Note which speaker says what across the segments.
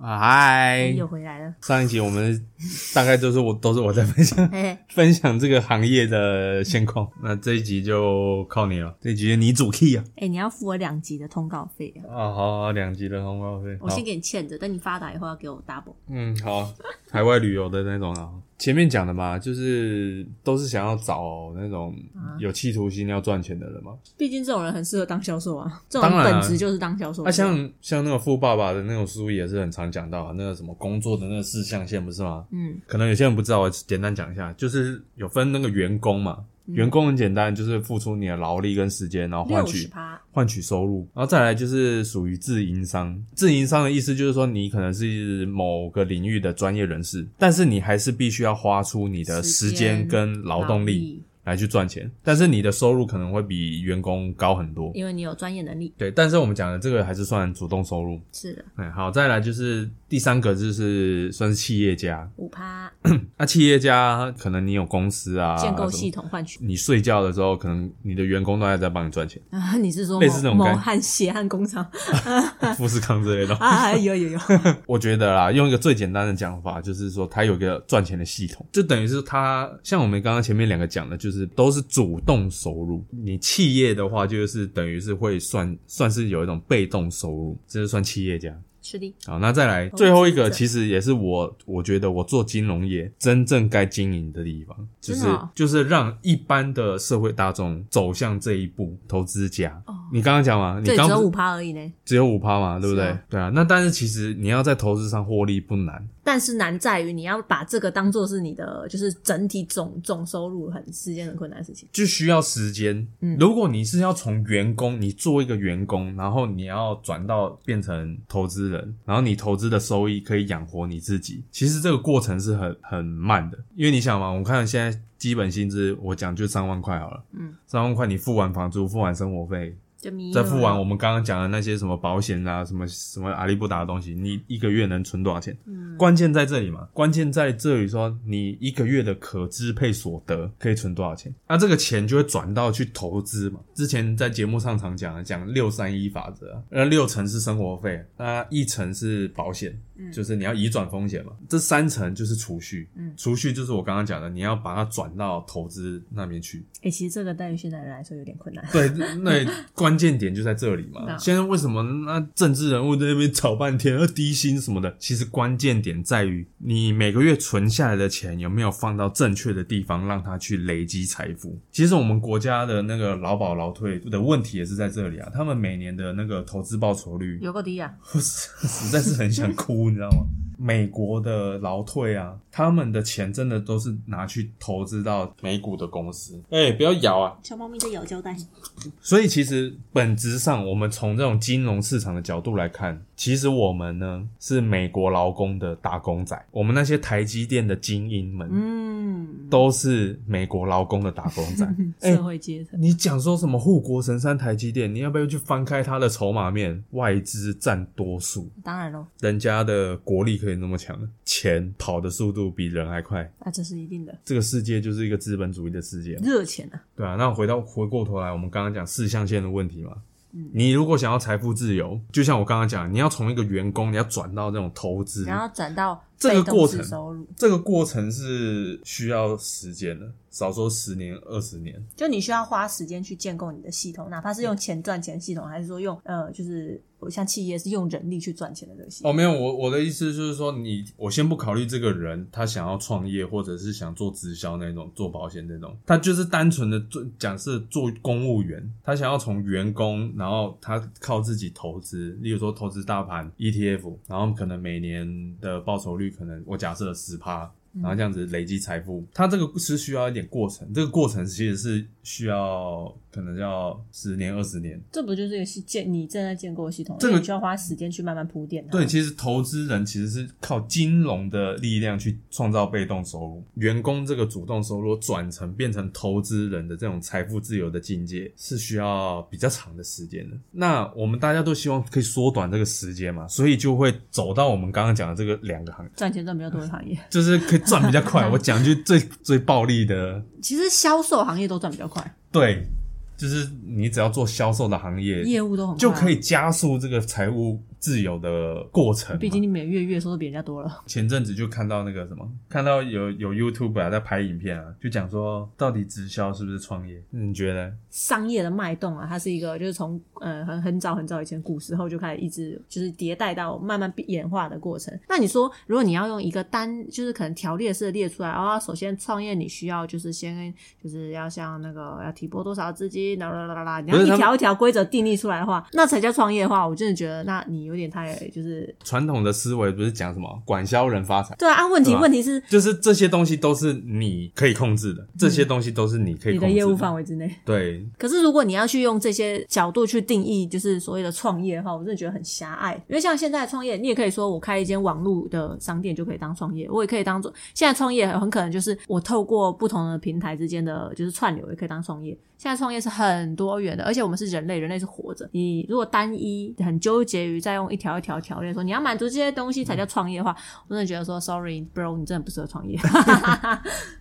Speaker 1: 啊嗨！
Speaker 2: 又回来了，
Speaker 1: 上一集我们大概都是我都是我在分享
Speaker 2: 哎，
Speaker 1: 分享这个行业的现况， 那这一集就靠你了，这一集你主 key 啊！
Speaker 2: 哎、你要付我两集的通告费啊！
Speaker 1: 啊，好好，两集的通告费，
Speaker 2: 我
Speaker 1: 好
Speaker 2: 先给你欠着，等你发达以后要给我 double。
Speaker 1: 嗯，好，海外旅游的那种啊。前面讲的嘛，就是都是想要找那种有企图心要赚钱的人嘛。
Speaker 2: 毕竟这种人很适合当销售啊，这种
Speaker 1: 当然啊
Speaker 2: 本质就是当销售。
Speaker 1: 啊，像像那个富爸爸的那种书也是很常讲到、啊，那个什么工作的那个四象限不是吗？
Speaker 2: 嗯，
Speaker 1: 可能有些人不知道，我简单讲一下，就是有分那个员工嘛，
Speaker 2: 嗯
Speaker 1: 员工很简单，就是付出你的劳力跟时间，然后换
Speaker 2: 六十
Speaker 1: 取
Speaker 2: 趴，
Speaker 1: 换取收入，然后再来就是属于自营商。自营商的意思就是说，你可能是某个领域的专业人士，但是你还是必须要花出你的时
Speaker 2: 时
Speaker 1: 间
Speaker 2: 间
Speaker 1: 跟劳动力
Speaker 2: 力，
Speaker 1: 来去赚钱，但是你的收入可能会比员工高很多。
Speaker 2: 因为你有专业能力。
Speaker 1: 对，但是我们讲的这个还是算主动收入。
Speaker 2: 是的，
Speaker 1: 哎，好，再来就是第三个，就是算是企业家。
Speaker 2: 五趴
Speaker 1: 那啊企业家可能你有公司啊，
Speaker 2: 建构
Speaker 1: 什么
Speaker 2: 系。统 换取。，
Speaker 1: 你睡觉的时候，可能你的员工都还在帮你赚钱
Speaker 2: 啊，你是说
Speaker 1: 类似这
Speaker 2: 某
Speaker 1: 种概
Speaker 2: 某
Speaker 1: 念
Speaker 2: 汉血汗工厂
Speaker 1: 富士康之类的。
Speaker 2: 啊？有有有，
Speaker 1: 我觉得啦，用一个最简单的讲法，就是说他有一个赚钱的系统，就等于是他像我们刚刚前面两个讲的，就是都是主动收入。你企业的话，就是等于是会算算是有一种被动收入，这是算企业家。
Speaker 2: 是的，
Speaker 1: 好，那再来最后一个，其实也是我我觉得我做金融业真正该经营的地方，就是、
Speaker 2: 真的哦
Speaker 1: 就是让一般的社会大众走向这一步，投资家。你刚刚讲嘛，你
Speaker 2: 哦这里
Speaker 1: 刚
Speaker 2: 只有
Speaker 1: 不
Speaker 2: 五
Speaker 1: 是
Speaker 2: 趴而已呢。
Speaker 1: 只有五趴嘛，对不对？
Speaker 2: 是啊
Speaker 1: 对啊，那但是其实你要在投资上获利不难，
Speaker 2: 但是难在于你要把这个当做是你的，就是整体总总收入很是件很困难的事情。
Speaker 1: 就需要时间。
Speaker 2: 嗯
Speaker 1: 如果你是要从员工，你做一个员工，然后你要转到变成投资人，然后你投资的收益可以养活你自己，其实这个过程是很很慢的，因为你想嘛，我看现在基本薪资，我讲就三万块好了，
Speaker 2: 嗯，
Speaker 1: 三万块你付完房租，付完生活费，
Speaker 2: 就迷
Speaker 1: 再付
Speaker 2: 了
Speaker 1: 完我们刚刚讲的那些什么保险啊、什么什么阿里不达的东西，你一个月能存多少钱？关键在这里嘛，关键在这里说你一个月的可支配所得可以存多少钱？那这个钱就会转到去投资嘛。之前在节目上常讲的，讲六三一法则啊，那六成是生活费，那一成是保险，就是你要移转风险嘛。这三成就是储蓄，
Speaker 2: 嗯
Speaker 1: 储蓄就是我刚刚讲的，你要把它转到投资那边去。
Speaker 2: 哎、其实这个对于现代人来说有点困难。
Speaker 1: 对，那关键点就在这里嘛。
Speaker 2: 嗯
Speaker 1: 现在为什么那政治人物在那边吵半天，要低薪什么的？其实关键点在于你每个月存下来的钱有没有放到正确的地方，让它去累积财富。其实我们国家的那个劳保劳退的问题也是在这里啊，他啊们每年的那个投资报酬率
Speaker 2: 有够低啊！
Speaker 1: 我实实在是很想哭，你知道吗？美国的劳退啊，他们的钱真的都是拿去投资到美股的公司。哎、不要咬啊！
Speaker 2: 小猫咪在咬胶带。
Speaker 1: 所以其实本质上，我们从这种金融市场的角度来看，其实我们呢是美国劳工的打工仔，我们那些台积电的精英们、
Speaker 2: 嗯，
Speaker 1: 都是美国劳工的打工仔。哎
Speaker 2: 社会阶层、
Speaker 1: 你讲说什么护国神山台积电，你要不要去翻开它的筹码面？外资占多数，
Speaker 2: 当然喽，
Speaker 1: 人家的国力可以那么强，钱跑的速度比人还快。
Speaker 2: 那、这是一定的，
Speaker 1: 这个世界就是一个资本主义的世界嘛。
Speaker 2: 热钱啊，
Speaker 1: 对啊，那回到回过头来，我们刚刚讲四象限的问题嘛。
Speaker 2: 嗯
Speaker 1: 你如果想要财富自由，就像我刚刚讲，你要从一个员工，你要转到这种投资，
Speaker 2: 然后转到
Speaker 1: 嗯这个
Speaker 2: 被动
Speaker 1: 过
Speaker 2: 式
Speaker 1: 程
Speaker 2: 收入，
Speaker 1: 这个过程是需要时间的，少说十年二十年。
Speaker 2: 就你需要花时间去建构你的系统，哪怕是用钱赚钱系统，还是说用呃，就是我像企业是用人力去赚钱的这个系
Speaker 1: 哦，
Speaker 2: 统。
Speaker 1: 没有，我我的意思就是说你，我先不考虑这个人他想要创业或者是想做直销那种，做保险那种，他就是单纯的做，假设做公务员，他想要从员工，然后他靠自己投资，例如说投资大盘 ETF，然后可能每年的报酬率可能我假设十趴。然后这样子累积财富，他这个是需要一点过程，这个过程其实是需要可能要十年二十年，
Speaker 2: 这不就是一个系建你正在建构的系统，
Speaker 1: 这个
Speaker 2: 而且你需要花时间去慢慢铺垫它。啊
Speaker 1: 对，其实投资人其实是靠金融的力量去创造被动收入，员工这个主动收入转成变成投资人的这种财富自由的境界，是需要比较长的时间的。那我们大家都希望可以缩短这个时间嘛，所以就会走到我们刚刚讲的这个两个行业，
Speaker 2: 赚钱赚比较多的行业，
Speaker 1: 就是可以赚比较 快。我讲句最最暴力的，
Speaker 2: 其实销售行业都赚比较快，
Speaker 1: 对，就是你只要做销售的行业，
Speaker 2: 业务都很快，啊
Speaker 1: 就可以。加速这个财务自由的过程嘛。
Speaker 2: 毕竟你每月月收的比人家多了，
Speaker 1: 前阵子就看到那个什么，看到有有 YouTube 啊在拍影片啊，就讲说到底直销是不是创业？你觉得？
Speaker 2: 商业的脉动啊，它是一个就是从呃很很早很早以前古时候就开始一直就是迭代到慢慢演化的过程。那你说，如果你要用一个单，就是可能条列式的列出来，哦，首先创业你需要就是先就是要像那个要提拨多少资金，啦啦啦啦啦，你要
Speaker 1: 不是
Speaker 2: 一
Speaker 1: 他们
Speaker 2: 条一条规则订立出来的话，那才叫创业的话，我真的觉得那你有点太就是
Speaker 1: 传统的思维不是讲什么管销人发财，
Speaker 2: 对啊啊，问题
Speaker 1: 对吧
Speaker 2: 问题是
Speaker 1: 就是这些东西都是你可以控制的，这些东西都是你可以
Speaker 2: 嗯你
Speaker 1: 控制
Speaker 2: 的业务范
Speaker 1: 围。
Speaker 2: 围之内。
Speaker 1: 对，
Speaker 2: 可是如果你要去用这些角度去定义，就是所谓的创业的话，我真的觉得很狭隘。因为像现在的创业，你也可以说我开一间网络的商店就可以当创业，我也可以当做现在创业很可能就是我透过不同的平台之间的就是串流也可以当创业。现在创业是很多元的，而且我们是人类，人类是活着。你如果单一很纠结于再用一条一条条列说你要满足这些东西才叫创业的话，我真的觉得说，sorry bro，你真的不适合创业。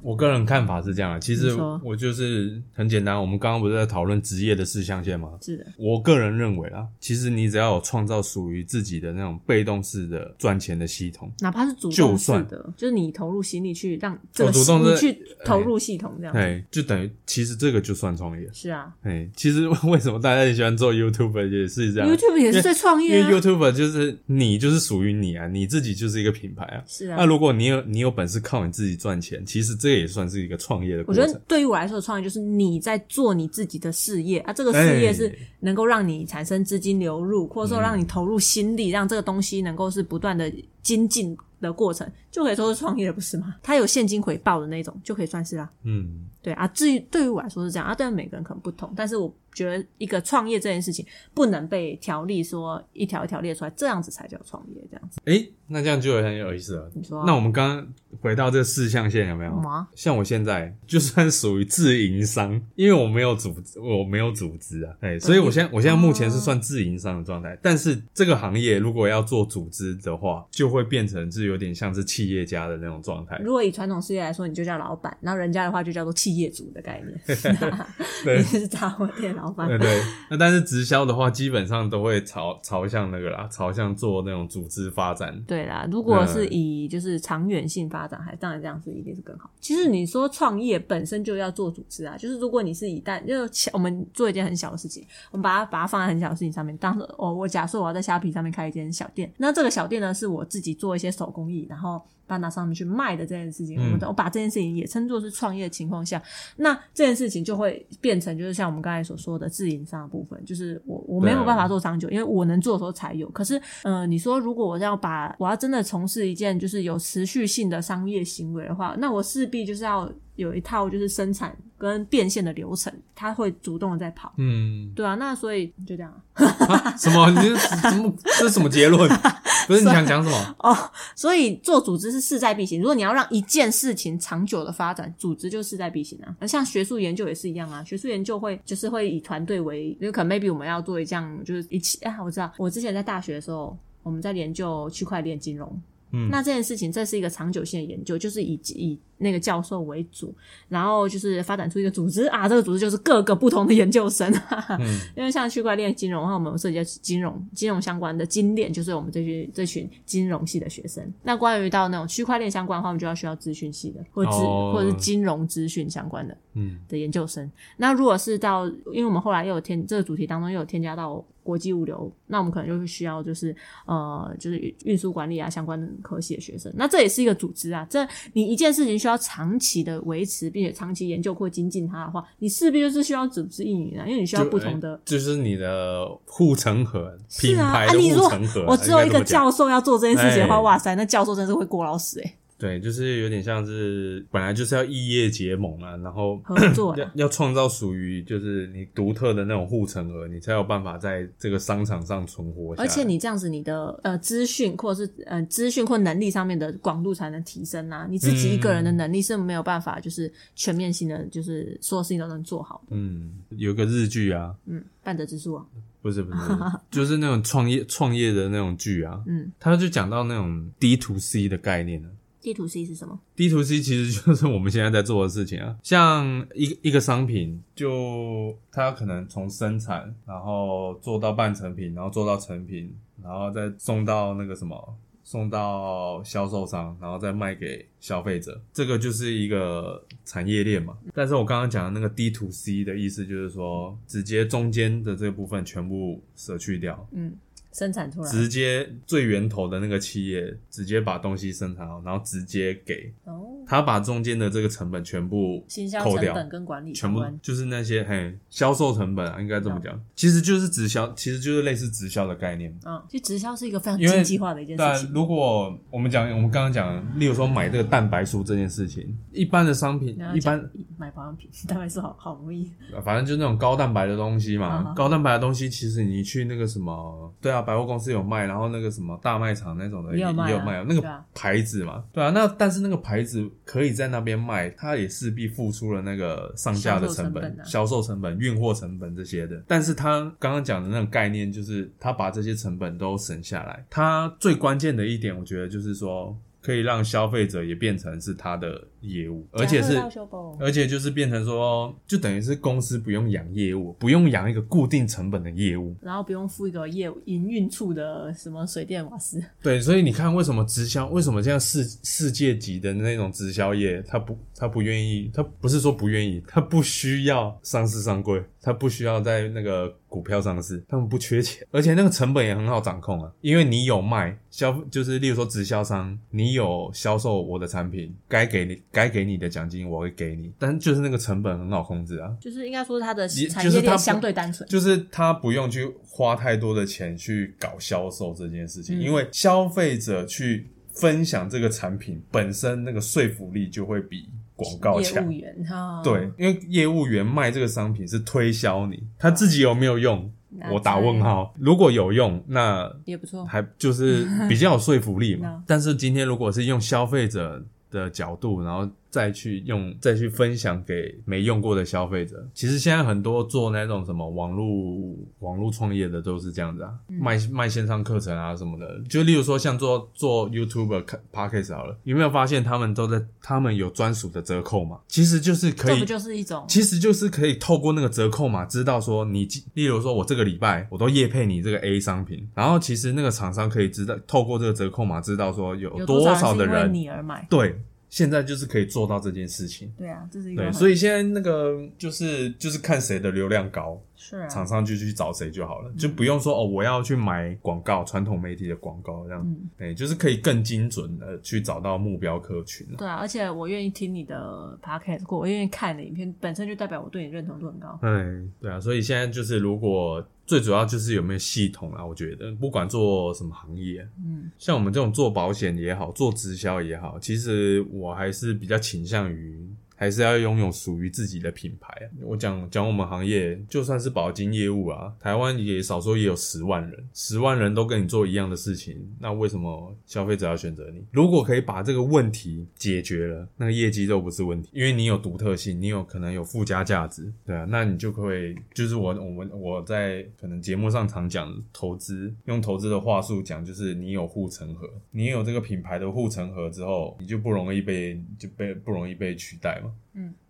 Speaker 1: 我个人看法是这样啊的。其实
Speaker 2: 你说
Speaker 1: 我就是很简单，我们刚刚不是在讨论职业的四象限吗？
Speaker 2: 是的，
Speaker 1: 我个人认为啦，其实你只要有创造属于自己的那种被动式的赚钱的系统，
Speaker 2: 哪怕是主
Speaker 1: 就
Speaker 2: 动式
Speaker 1: 算哦
Speaker 2: 的，就是你投入心力去让这个
Speaker 1: 主动是
Speaker 2: 系你去投入系统这样。
Speaker 1: 哎，就等于其实这个就算创业。
Speaker 2: 是啊
Speaker 1: 哎，其实 为什么大家也喜欢做 YouTube 也是这样
Speaker 2: ，YouTube 也是在创
Speaker 1: 因
Speaker 2: 业
Speaker 1: 为
Speaker 2: 啊。
Speaker 1: YouTube 就是你就是属于你啊，你自己就是一个品牌啊。
Speaker 2: 是
Speaker 1: 那、
Speaker 2: 啊，
Speaker 1: 如果你有你有本事靠你自己赚钱，其实这也算是一个创业的
Speaker 2: 我
Speaker 1: 过
Speaker 2: 觉
Speaker 1: 程。
Speaker 2: 得对于我来说，创业就是你在做你自己的事业啊，这个事业
Speaker 1: 哎嗯
Speaker 2: 是能够让你产生资金流入，或者说让你投入心力，让这个东西能够是不断的精进的过程，就可以说是创业了，不是吗？它有现金回报的那种，就可以算是啦、
Speaker 1: 嗯，
Speaker 2: 对啊，至于对于我来说是这样啊，但每个人可能不同。但是我觉得一个创业这件事情不能被条例说一条一条列出来，这样子才叫创业。这样子，
Speaker 1: 哎，那这样就很有意思了。
Speaker 2: 你说啊
Speaker 1: 那我们刚刚回到这四象限有没有？
Speaker 2: 吗？
Speaker 1: 像我现在就算属于自营商，因为我没有组织，我没有组织啊，哎、所以我现
Speaker 2: 哦
Speaker 1: 在我现在目前是算自营商的状态。但是这个行业如果要做组织的话，就会变成是有点像是企业家的那种状态。
Speaker 2: 如果以传统事业来说，你就叫老板，然后人家的话就叫做企业主的 概念，
Speaker 1: 对
Speaker 2: 你是杂货店老板
Speaker 1: 对。对，那但是直销的话，基本上都会朝朝向那个啦，朝向做那种组织发展。
Speaker 2: 对啦，如果是以就是长远性发展，还当然这样是一定是更好。其实你说创业本身就要做组织啊，就是如果你是以单，就是小我们做一件很小的事情，我们把它把它放在很小的事情上面。当时我、哦、我假设我要在虾皮上面开一间小店，那这个小店呢是我自己做一些手工艺，然后把它拿上面去卖的这件事情，
Speaker 1: 嗯
Speaker 2: 我们我把这件事情也称作是创业的情况下，那这件事情就会变成就是像我们刚才所说的自营商的部分，就是我我没有
Speaker 1: 对
Speaker 2: 办法做长久，因为我能做的时候才有。可是，呃，你说如果我要把我要真的从事一件就是有持续性的商业行为的话，那我势必就是要有一套就是生产跟变现的流程，它会主动的在跑。
Speaker 1: 嗯，
Speaker 2: 对啊，那所以就这样啊
Speaker 1: 啊，什么？你这什么？这是什么结论？不是你想讲什么？
Speaker 2: 哦。所以做组织是势在必行。如果你要让一件事情长久的发展，组织就势在必行啊。那像学术研究也是一样啊，学术研究会就是会以团队为，因为可能 maybe 我们要做一项就是一起啊，我知道我之前在大学的时候，我们在研究区块链金融。
Speaker 1: 嗯
Speaker 2: 那这件事情，这是一个长久性的研究，就是以以那个教授为主，然后就是发展出一个组织啊，这个组织就是各个不同的研究生，哈哈
Speaker 1: 嗯
Speaker 2: 因为像区块链金融的话，我们有涉及到金融金融相关的金链，就是我们这群这群金融系的学生。那关于到那种区块链相关的话，我们就要需要资讯系的，或资、
Speaker 1: 哦
Speaker 2: 或者是金融资讯相关的。
Speaker 1: 嗯
Speaker 2: 的研究生。那如果是到，因为我们后来又有添这个主题当中又有添加到国际物流，那我们可能就会需要就是呃就是运运输管理啊相关的科系的学生。那这也是一个组织啊，这你一件事情需要长期的维持，并且长期研究或精进它的话，你势必就是需要组织运营啊，因为你需要不同的。
Speaker 1: 就哎就是你的护城河，
Speaker 2: 是
Speaker 1: 品
Speaker 2: 啊，
Speaker 1: 牌
Speaker 2: 啊，
Speaker 1: 的
Speaker 2: 你如
Speaker 1: 护
Speaker 2: 果
Speaker 1: 城河啊。
Speaker 2: 我只有
Speaker 1: 应
Speaker 2: 一
Speaker 1: 该这
Speaker 2: 个
Speaker 1: 么讲
Speaker 2: 教授要做这件事情的话，
Speaker 1: 哎
Speaker 2: 哇塞，那教授真是会过劳死哎、
Speaker 1: 对，就是有点像是本来就是要异业结盟啊，然后
Speaker 2: 合作啊
Speaker 1: 要要创造属于就是你独特的那种护城河，你才有办法在这个商场上存活下
Speaker 2: 而
Speaker 1: 来。
Speaker 2: 且你这样子，你的呃资讯或者是呃资讯或能力上面的广度才能提升啊。你自己一个人的能力是没有办法，就是全面性的，就是所有事情都能做好的。
Speaker 1: 嗯，有一个日剧啊，
Speaker 2: 嗯，半泽直树啊，
Speaker 1: 不是不是， 就是那种创业创业的那种剧啊，
Speaker 2: 嗯
Speaker 1: 他就讲到那种 D to C 的概念啊。
Speaker 2: ，D to C 是什么？
Speaker 1: D to C 其实就是我们现在在做的事情啊， 像一个一个商品，就它可能从生产，然后做到半成品，然后做到成品，然后再送到那个什么，送到销售商，然后再卖给消费者，这个就是一个产业链嘛。但是我刚刚讲的那个 D to C 的意思就是说，直接中间的这部分全部舍去掉，
Speaker 2: 嗯，生产出来。
Speaker 1: 直接最源头的那个企业直接把东西生产好，然后直接给
Speaker 2: 哦，
Speaker 1: 他把中间的这个成本全部
Speaker 2: 行销
Speaker 1: 扣
Speaker 2: 成
Speaker 1: 掉，
Speaker 2: 本跟管理
Speaker 1: 全
Speaker 2: 相
Speaker 1: 部
Speaker 2: 关。
Speaker 1: 就是那些嘿销售成本啊，应该这么讲，其实就是直销，其实就是类似直销的概念。
Speaker 2: 嗯，其实直销是一个非常
Speaker 1: 因为
Speaker 2: 经济化的一件
Speaker 1: 但
Speaker 2: 事情。
Speaker 1: 如果我们讲，我们刚刚讲，例如说买这个蛋白酥这件事情，一般的商品
Speaker 2: 然，后
Speaker 1: 一
Speaker 2: 讲
Speaker 1: 般
Speaker 2: 买保养品，大概是好好容易。
Speaker 1: 反正就是那种高蛋白的东西嘛。
Speaker 2: 嗯哼
Speaker 1: 高蛋白的东西，其实你去那个什么，对啊，百货公司有卖，然后那个什么大卖场那种的
Speaker 2: 也有卖啊
Speaker 1: 也有卖，那
Speaker 2: 对
Speaker 1: 个
Speaker 2: 啊
Speaker 1: 牌子嘛，对啊。那但是那个牌子可以在那边卖，它也势必付出了那个上架的成本、销
Speaker 2: 销
Speaker 1: 售成本、运货成本这些的。但是他刚刚讲的那种概念，就是他把这些成本都省下来。他最关键的一点，我觉得就是说。可以让消费者也变成是他的业务，而且是
Speaker 2: 加贺道修博
Speaker 1: 而且就是变成说，就等于是公司不用养业务，不用养一个固定成本的业务。
Speaker 2: 然后不用付一个业务营运处的什么水电瓦斯，
Speaker 1: 对，所以你看，为什么直销，为什么这样世世界级的那种直销业，他不他不愿意，他不是说不愿意，他不需要上市上柜，他不需要在那个股票上市，他们不缺钱，而且那个成本也很好掌控啊，因为你有卖销，就是例如说直销商，你有销售我的产品，该给你该给你的奖金我会给你，但就是那个成本很好控制啊。
Speaker 2: 就是应该说它的
Speaker 1: 也
Speaker 2: 产
Speaker 1: 就是
Speaker 2: 业
Speaker 1: 它
Speaker 2: 链
Speaker 1: 不
Speaker 2: 相对单纯。
Speaker 1: 就是他不用去花太多的钱去搞销售这件事情，
Speaker 2: 嗯
Speaker 1: 因为消费者去分享这个产品本身那个说服力就会比广告
Speaker 2: 业务
Speaker 1: 强。
Speaker 2: 员哈，
Speaker 1: 对，，因为业务员卖这个商品是推销你，他自己有没有用，我打问，号。如果有用，那
Speaker 2: 也不错。
Speaker 1: 还就是比较有说服力嘛
Speaker 2: 嗯。
Speaker 1: 但是今天如果是用消费者的角度，然后再去用再去分享给没用过的消费者，其实现在很多做那种什么网络网络创业的都是这样子啊，
Speaker 2: 嗯
Speaker 1: 卖卖线上课程啊什么的。就例如说像做做 YouTuber、Podcast 好了，有没有发现他们都在他们有专属的折扣嘛？其实就是可
Speaker 2: 这
Speaker 1: 以
Speaker 2: 不就是一种
Speaker 1: 其实就是可以透过那个折扣码，知道说你今，例如说我这个礼拜我都业配你这个 A 商品，然后其实那个厂商可以知道，透过这个折扣码知道说有
Speaker 2: 有
Speaker 1: 多
Speaker 2: 少
Speaker 1: 少的
Speaker 2: 是因为
Speaker 1: 人，
Speaker 2: 你而买？
Speaker 1: 对，现在就是可以做到这件事情。
Speaker 2: 对啊，这是一个
Speaker 1: 对，
Speaker 2: 很
Speaker 1: 所以现在那个就是就是看谁的流量高，
Speaker 2: 是啊，
Speaker 1: 厂商就去找谁就好
Speaker 2: 嗯
Speaker 1: 了，就不用说哦，我要去买广告，传统媒体的广告这样，
Speaker 2: 嗯
Speaker 1: 对，就是可以更精准的去找到目标客群了。
Speaker 2: 对啊，而且我愿意听你的 podcast，或我愿意看你的影片，本身就代表我对你认同度很高。
Speaker 1: 嗯，对啊，所以现在就是如果最主要就是有没有系统啊，我觉得不管做什么行业，
Speaker 2: 嗯，
Speaker 1: 像我们这种做保险也好，做直销也好，其实我还是比较倾向于还是要拥有属于自己的品牌、啊。我讲讲我们行业，就算是保金业务啊，台湾也少说也有十万人，十万人都跟你做一样的事情，那为什么消费者要选择你？如果可以把这个问题解决了，那个业绩都不是问题，因为你有独特性，你有可能有附加价值，对啊，那你就会就是我我们我在可能节目上常讲投资，用投资的话术讲，就是你有护城河，你有这个品牌的护城河之后，你就不容易被就被不容易被取代嘛。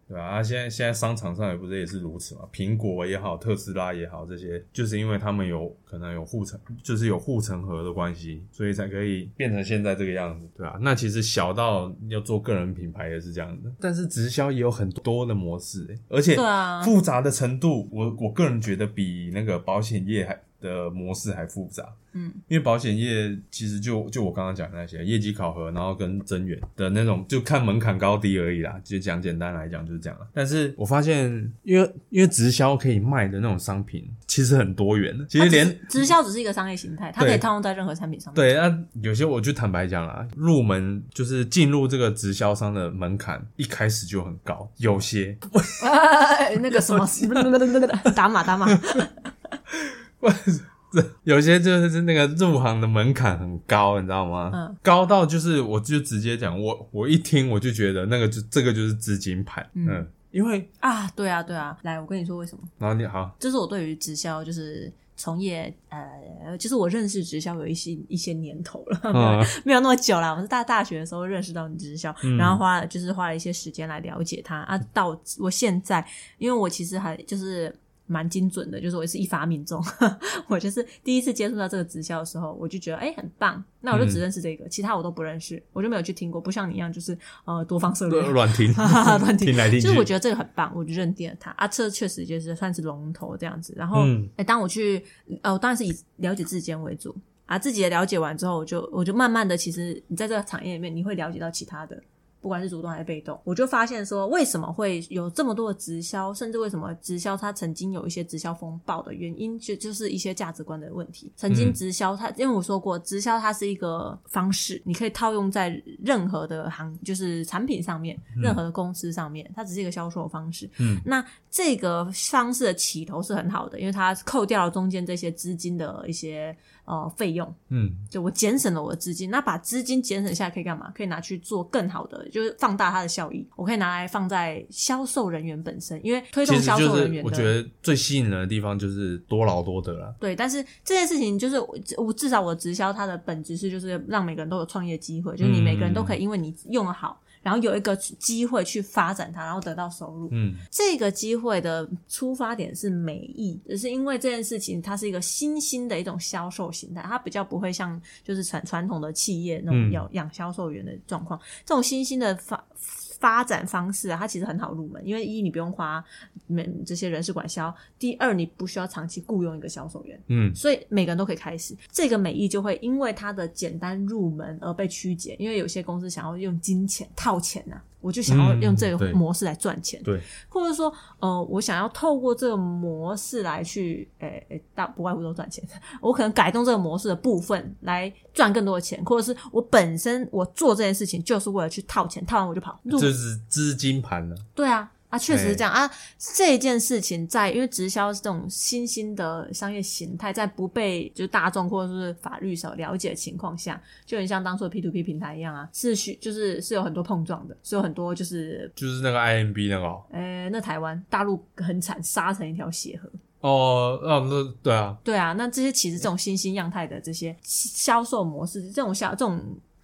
Speaker 1: 对吧？啊，现在现在商场上也不是也是如此嘛？苹果也好，特斯拉也好，这些就是因为他们有可能有护城，就是有护城河的关系，所以才可以变成现在这个样子，对吧、那其实小到要做个人品牌也是这样的，但是直销也有很多的模式、欸而且
Speaker 2: 对啊
Speaker 1: 复杂的程度，我我个人觉得比那个保险业还的模式还复杂。
Speaker 2: 嗯
Speaker 1: 因为保险业其实就就我刚刚讲的那些业绩考核，然后跟增援的那种，就看门槛高低而已啦。就讲简单来讲就是这样啦。但是我发现，因为因为直销可以卖的那种商品其实很多元的，啊其实
Speaker 2: 它只
Speaker 1: 连
Speaker 2: 是直销只是一个商业形态，它
Speaker 1: 对
Speaker 2: 可以套用在任何产品上面。
Speaker 1: 对，啊那有些我就坦白讲啦，入门就是进入这个直销商的门槛一开始就很高，有些
Speaker 2: 哎，那个什 么，打码打码，
Speaker 1: 有些就是那个入行的门槛很高，你知道吗？
Speaker 2: 嗯，
Speaker 1: 高到就是我就直接讲，我我一听我就觉得那个就这个就是资金盘，嗯
Speaker 2: 嗯
Speaker 1: 因为
Speaker 2: 啊，对啊，对啊，来，我跟你说为什么？
Speaker 1: 然后你好，
Speaker 2: 这是我对于直销就是从业，呃，就是我认识直销有一些一些年头了，
Speaker 1: 嗯
Speaker 2: 没有那么久啦。我们是大大学的时候认识到直销，然后花了就是花了一些时间来了解它啊。到我现在，因为我其实还就是。蛮精准的，就是我是一发命中。 我就是第一次接触到这个直销的时候，我就觉得哎、很棒，那我就只认识这个，其他我都不认识，我就没有去听过。不像你一样，就是呃多方涉猎，
Speaker 1: 乱听
Speaker 2: 乱听
Speaker 1: 听来听去，
Speaker 2: 就是我觉得这个很棒，我就认定了它啊，这确实就是算是龙头这样子。然后，哎、
Speaker 1: 嗯
Speaker 2: 当我去呃，我当然是以了解自己为主啊，自己也了解完之后，我就我就慢慢的，其实你在这个产业里面，你会了解到其他的。不管是主动还是被动，我就发现说，为什么会有这么多的直销，甚至为什么直销它曾经有一些直销风暴的原因，就就是一些价值观的问题。曾经
Speaker 1: 嗯
Speaker 2: 直销它，因为我说过，直销它是一个方式，你可以套用在任何的行，就是产品上面，任何的公司上面，它只是一个销售方式。
Speaker 1: 嗯，
Speaker 2: 那这个方式的起头是很好的，因为它扣掉了中间这些资金的一些呃费用，
Speaker 1: 嗯
Speaker 2: 就我节省了我的资金，那把资金节省下来可以干嘛？可以拿去做更好的，就是放大它的效益。我可以拿来放在销售人员本身，因为推动
Speaker 1: 其实
Speaker 2: 销
Speaker 1: 就
Speaker 2: 售人
Speaker 1: 是
Speaker 2: 员
Speaker 1: 我
Speaker 2: 的。
Speaker 1: 觉得最吸引人的地方就是多劳多得啦，
Speaker 2: 对，但是这件事情就是我我至少我直销它的本质是就是让每个人都有创业机会，就是你每个人都
Speaker 1: 嗯
Speaker 2: 可以因为你用的好，然后有一个机会去发展它，然后得到收入。
Speaker 1: 嗯
Speaker 2: 这个机会的出发点是美意，只是因为这件事情它是一个新兴的一种销售形态，它比较不会像就是传传统的企业那种
Speaker 1: 嗯
Speaker 2: 要养销售员的状况。这种新兴的发发展方式、啊，它其实很好入门，因为一你不用花每这些人事管销，第二你不需要长期雇佣一个销售员。
Speaker 1: 嗯
Speaker 2: 所以每个人都可以开始，这个美意就会因为它的简单入门而被曲解，因为有些公司想要用金钱套钱呐、我就想要用这
Speaker 1: 嗯对
Speaker 2: 个模式来赚钱，
Speaker 1: 对，
Speaker 2: 或者说，呃，我想要透过这个模式来去，呃、呃大不外乎都赚钱， 我可能改动这个模式的部分来赚更多的钱，或者是我本身我做这件事情就是为了去套钱，套完我就跑，入
Speaker 1: 就是资金盘呢，
Speaker 2: 对啊，啊，确实是这样、啊。这件事情在因为直销这种新兴的商业形态，在不被就是大众或者是法律所了解的情况下，就很像当初的 P to P 平台一样啊，是需就是是有很多碰撞的，是有很多就是。
Speaker 1: 就是那个 IMB 那个哦
Speaker 2: 呃，那台湾大陆很惨，杀成一条血河。
Speaker 1: 哦，哦那对啊，
Speaker 2: 对啊，那这些其实这种新兴样态的这些销售模式，这种销这种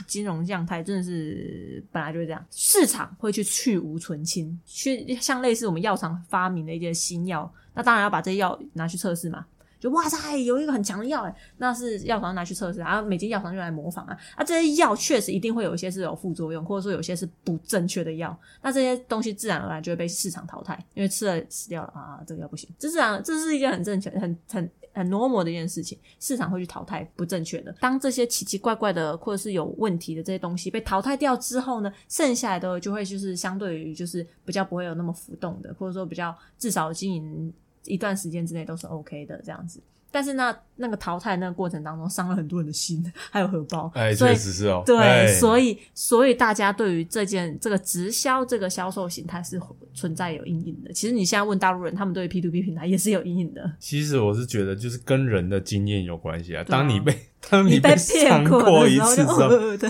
Speaker 2: 金融样态，真的是本来就是这样，市场会去去无存清，去像类似我们药厂发明的一些新药，那当然要把这些药拿去测试嘛。就哇塞，有一个很强的药哎，那是药厂拿去测试啊，然后每间药厂就来模仿啊，啊这些药确实一定会有一些是有副作用，或者说有些是不正确的药，啊那这些东西自然而然就会被市场淘汰，因为吃了死掉了啊，这个药不行，这自然这是一件很正确、很很很 normal 的一件事情，市场会去淘汰不正确的。当这些奇奇怪怪的或者是有问题的这些东西被淘汰掉之后呢，剩下来的就会就是相对于就是比较不会有那么浮动的，或者说比较至少经营一段时间之内都是 OK 的这样子。但是那那个淘汰那个过程当中，伤了很多人的心，还有荷包，
Speaker 1: 哎，
Speaker 2: 所以
Speaker 1: 确实是哦，
Speaker 2: 对，所
Speaker 1: 以
Speaker 2: 以所以大家对于这件这个直销这个销售形态是存在有阴影的。其实你现在问大陆人，他们对于 P to P 平台也是有阴影的。
Speaker 1: 其实我是觉得就是跟人的经验有关系啊。
Speaker 2: 对啊
Speaker 1: 当 你被 当
Speaker 2: 你
Speaker 1: 被
Speaker 2: 骗
Speaker 1: 伤
Speaker 2: 过
Speaker 1: 过一
Speaker 2: 然后
Speaker 1: 次
Speaker 2: 就
Speaker 1: 之后，
Speaker 2: 哦对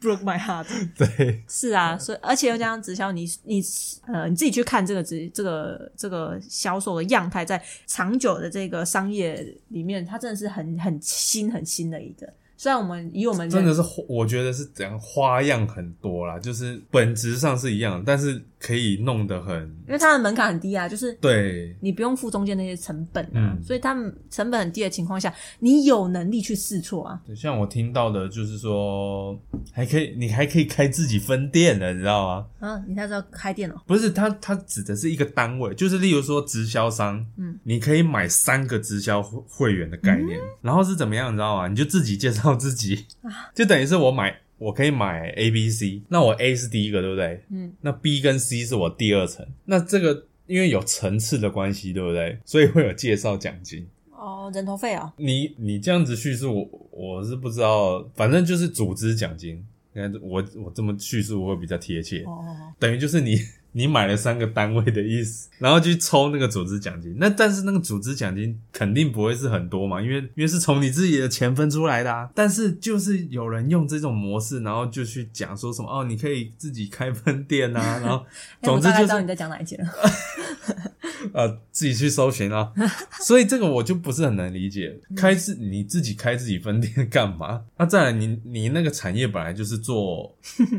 Speaker 2: ，broke my heart。
Speaker 1: 对，
Speaker 2: 是啊，所以而且又加上直销，你你呃你自己去看这个直这个这个销售的样态，在长久的这个商业里面，它真的是很很新很新的一个。虽然我们以我们
Speaker 1: 真的是花我觉得是怎样花样很多啦，就是本质上是一样的，但是可以弄得很
Speaker 2: 因为它的门槛很低啊，就是
Speaker 1: 对，
Speaker 2: 你不用付中间那些成本啊，
Speaker 1: 嗯
Speaker 2: 所以他们成本很低的情况下，你有能力去试错啊。
Speaker 1: 对，像我听到的，就是说还可以，你还可以开自己分店的，你知道吗？
Speaker 2: 啊，你那时候开店哦，
Speaker 1: 不是，它它指的是一个单位，就是例如说直销商，
Speaker 2: 嗯，
Speaker 1: 你可以买三个直销会会员的概念，然后是怎么样，你知道吗？你就自己介绍自己， 就等于是我买，我可以买 A、B、C，那我 A 是第一个，对不对？
Speaker 2: 嗯，
Speaker 1: 那 B 跟 C 是我第二层，那这个因为有层次的关系，对不对？所以会有介绍奖金。
Speaker 2: 哦，人头费哦，
Speaker 1: 你你这样子叙述，我我是不知道，反正就是组织奖金。你看我我这么叙述会比较贴切，
Speaker 2: 哦，
Speaker 1: 等于就是你 你买了三个单位的意思，然后去抽那个组织奖金。那但是那个组织奖金肯定不会是很多嘛，因为因为是从你自己的钱分出来的啊。但是就是有人用这种模式，然后就去讲说什么哦，你可以自己开分店啊，然后
Speaker 2: 哎我
Speaker 1: 总之
Speaker 2: 大概
Speaker 1: 就
Speaker 2: 知道你
Speaker 1: 是
Speaker 2: 在讲哪一节了。
Speaker 1: 呃自己去搜寻 啊。所以这个我就不是很能理解，
Speaker 2: 嗯
Speaker 1: 开自你自己开自己分店干嘛？那、再来你你那个产业本来就是做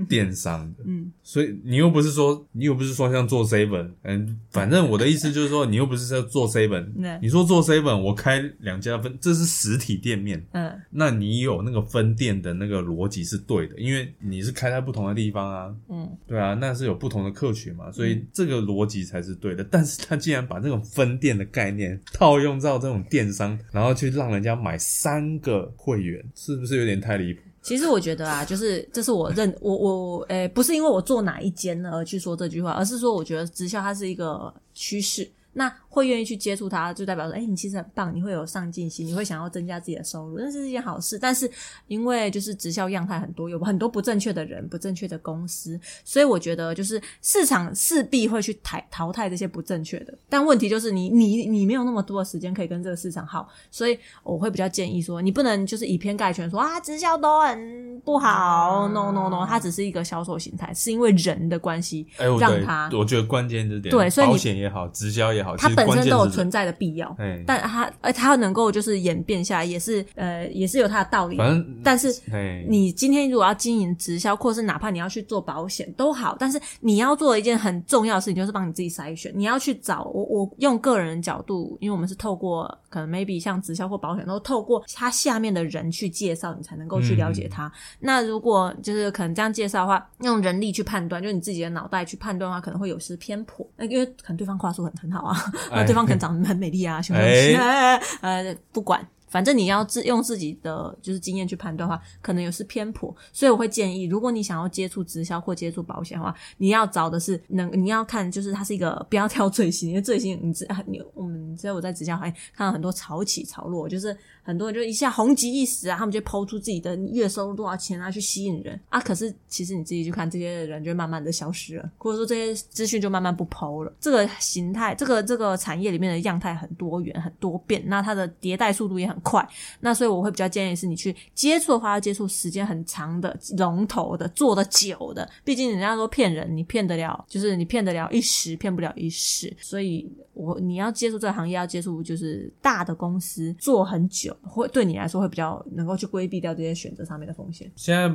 Speaker 1: 电商的，
Speaker 2: 嗯，
Speaker 1: 所以你又不是说，你又不是说像做 seven，嗯，反正我的意思就是 说，你又不是在做 seven，
Speaker 2: 对
Speaker 1: 你说做 seven，我开两家分，这是实体店面，
Speaker 2: 嗯
Speaker 1: 那你有那个分店的那个逻辑是对的，因为你是开在不同的地方啊，
Speaker 2: 嗯，
Speaker 1: 对啊，那是有不同的客群嘛，所以这个逻辑才是对的。 但是他竟然把这种分店的概念套用到这种电商，然后去让人家买三个会员，是不是有点太离谱？
Speaker 2: 其实我觉得啊，就是这是我认 我我我诶、不是因为我做哪一间而去说这句话，而是说我觉得直销它是一个趋势。那会愿意去接触它，就代表说，哎、你其实很棒，你会有上进心，你会想要增加自己的收入，那是一件好事。但是因为就是直销样态很多，有很多不正确的人、不正确的公司，所以我觉得就是市场势必会去淘淘汰这些不正确的。但问题就是你你你没有那么多的时间可以跟这个市场耗，所以我会比较建议说，你不能就是以偏概全说啊，直销都很不
Speaker 1: 啊
Speaker 2: 好。No No No，它只是一个销售形态，是因为人的关系
Speaker 1: 哎、我
Speaker 2: 让
Speaker 1: 对
Speaker 2: 它
Speaker 1: 我觉得关键这点，
Speaker 2: 对所以你
Speaker 1: 保险也好，直销也好，
Speaker 2: 它
Speaker 1: 哦其实
Speaker 2: 本
Speaker 1: 关
Speaker 2: 身
Speaker 1: 键
Speaker 2: 都有
Speaker 1: 是
Speaker 2: 存在的必要。
Speaker 1: 哎，
Speaker 2: 但它呃，它能够就是演变下来，也是呃，也是有它的道理。
Speaker 1: 反正
Speaker 2: 但是
Speaker 1: 哎，
Speaker 2: 你今天如果要经营直销，或是哪怕你要去做保险都好，但是你要做一件很重要的事情，就是帮你自己筛选。你要去找我，我用个人角度，因为我们是透过可能 maybe 像直销或保险，都透过他下面的人去介绍，你才能够去了解他。那如果就是可能这样介绍的话，用人力去判断，就是你自己的脑袋去判断的话，可能会有失偏颇。那因为可能对方话术很很好啊，那
Speaker 1: 哎
Speaker 2: 对方可能长得很美丽啊，胸胸
Speaker 1: 哎
Speaker 2: 哎 呃，不管，反正你要自用自己的就是经验去判断的话，可能有是偏颇，所以我会建议，如果你想要接触直销或接触保险的话，你要找的是能，你要看就是它是一个不要挑最新，因为最新你知啊，你我们知道我在直销行业看到很多潮起潮落，就是很多人就一下红极一时啊，他们就抛出自己的月收入多少钱啊去吸引人啊，可是其实你自己去看这些人就会慢慢的消失了，或者说这些资讯就慢慢不抛了。这个形态，这个这个产业里面的样态很多元很多变，那它的迭代速度也很快，那所以我会比较建议是你去接触的话，要接触时间很长的、龙头的、做的久的。毕竟人家说骗人，你骗得了，就是你骗得了一时，骗不了一世。所以我你要接触这个行业，要接触就是大的公司，做很久，会对你来说会比较能够去规避掉这些选择上面的风险。
Speaker 1: 现在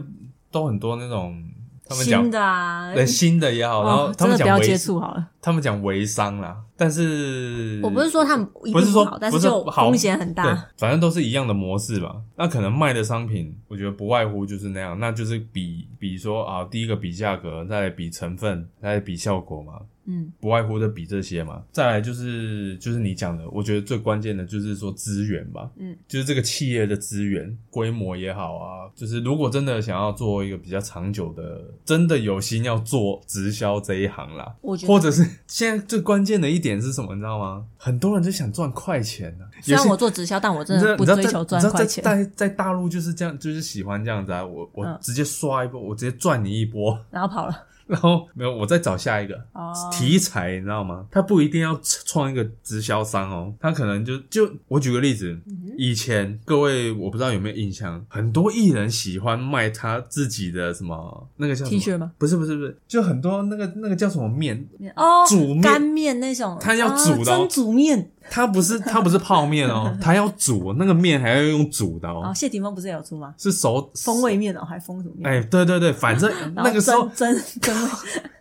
Speaker 1: 都很多那种他们讲
Speaker 2: 新的啊，
Speaker 1: 对新的也好，然后
Speaker 2: 哦
Speaker 1: 他
Speaker 2: 真
Speaker 1: 们
Speaker 2: 的不要
Speaker 1: 讲微
Speaker 2: 接，触好了。
Speaker 1: 他们讲微商啦，但是
Speaker 2: 我不是说他们一定
Speaker 1: 不是说
Speaker 2: 好，但
Speaker 1: 不是
Speaker 2: 就
Speaker 1: 好
Speaker 2: 风险很
Speaker 1: 对
Speaker 2: 大。，
Speaker 1: 反正都是一样的模式吧。那可能卖的商品，我觉得不外乎就是那样，那就是比比说啊，第一个比价格，再来比成分，再来比效果嘛。
Speaker 2: 嗯
Speaker 1: 不外乎就比这些嘛。再来就是就是你讲的，我觉得最关键的就是说资源吧，
Speaker 2: 嗯，
Speaker 1: 就是这个企业的资源规模也好啊，就是如果真的想要做一个比较长久的，真的有心要做直销这一行啦，
Speaker 2: 我觉得
Speaker 1: 或者是现在最关键的一点是什么，你知道吗？很多人就想赚快钱啊，
Speaker 2: 虽然
Speaker 1: 有些
Speaker 2: 我做直销，但我真
Speaker 1: 你知道
Speaker 2: 的
Speaker 1: 你
Speaker 2: 不
Speaker 1: 知道
Speaker 2: 追
Speaker 1: 在
Speaker 2: 求赚
Speaker 1: 你知道
Speaker 2: 快钱。
Speaker 1: 在在在大陆就是这样，就是喜欢这样子啊。我我
Speaker 2: 嗯
Speaker 1: 直接刷一波，我直接赚你一波，
Speaker 2: 然后跑了。
Speaker 1: 然后没有，我再找下一个。
Speaker 2: 哦，
Speaker 1: 题材你知道吗？他不一定要创一个直销商哦，他可能就就我举个例子，
Speaker 2: 嗯
Speaker 1: 以前各位我不知道有没有印象，很多艺人喜欢卖他自己的什么那个叫什么
Speaker 2: T 恤吗？
Speaker 1: 不是不是不是，就很多那个那个叫什么面，
Speaker 2: 哦，
Speaker 1: 煮面
Speaker 2: 干面那种，
Speaker 1: 它要煮的哦
Speaker 2: 啊蒸煮面。
Speaker 1: 它不是它不是泡面 哦，它要煮那个面还要用煮的
Speaker 2: 哦，
Speaker 1: 哦，
Speaker 2: 谢霆锋不是也有出吗？
Speaker 1: 是熟
Speaker 2: 风味面哦，还风什么面？
Speaker 1: 哎，对对对，反正
Speaker 2: 然后
Speaker 1: 那个时候
Speaker 2: 蒸 蒸蒸味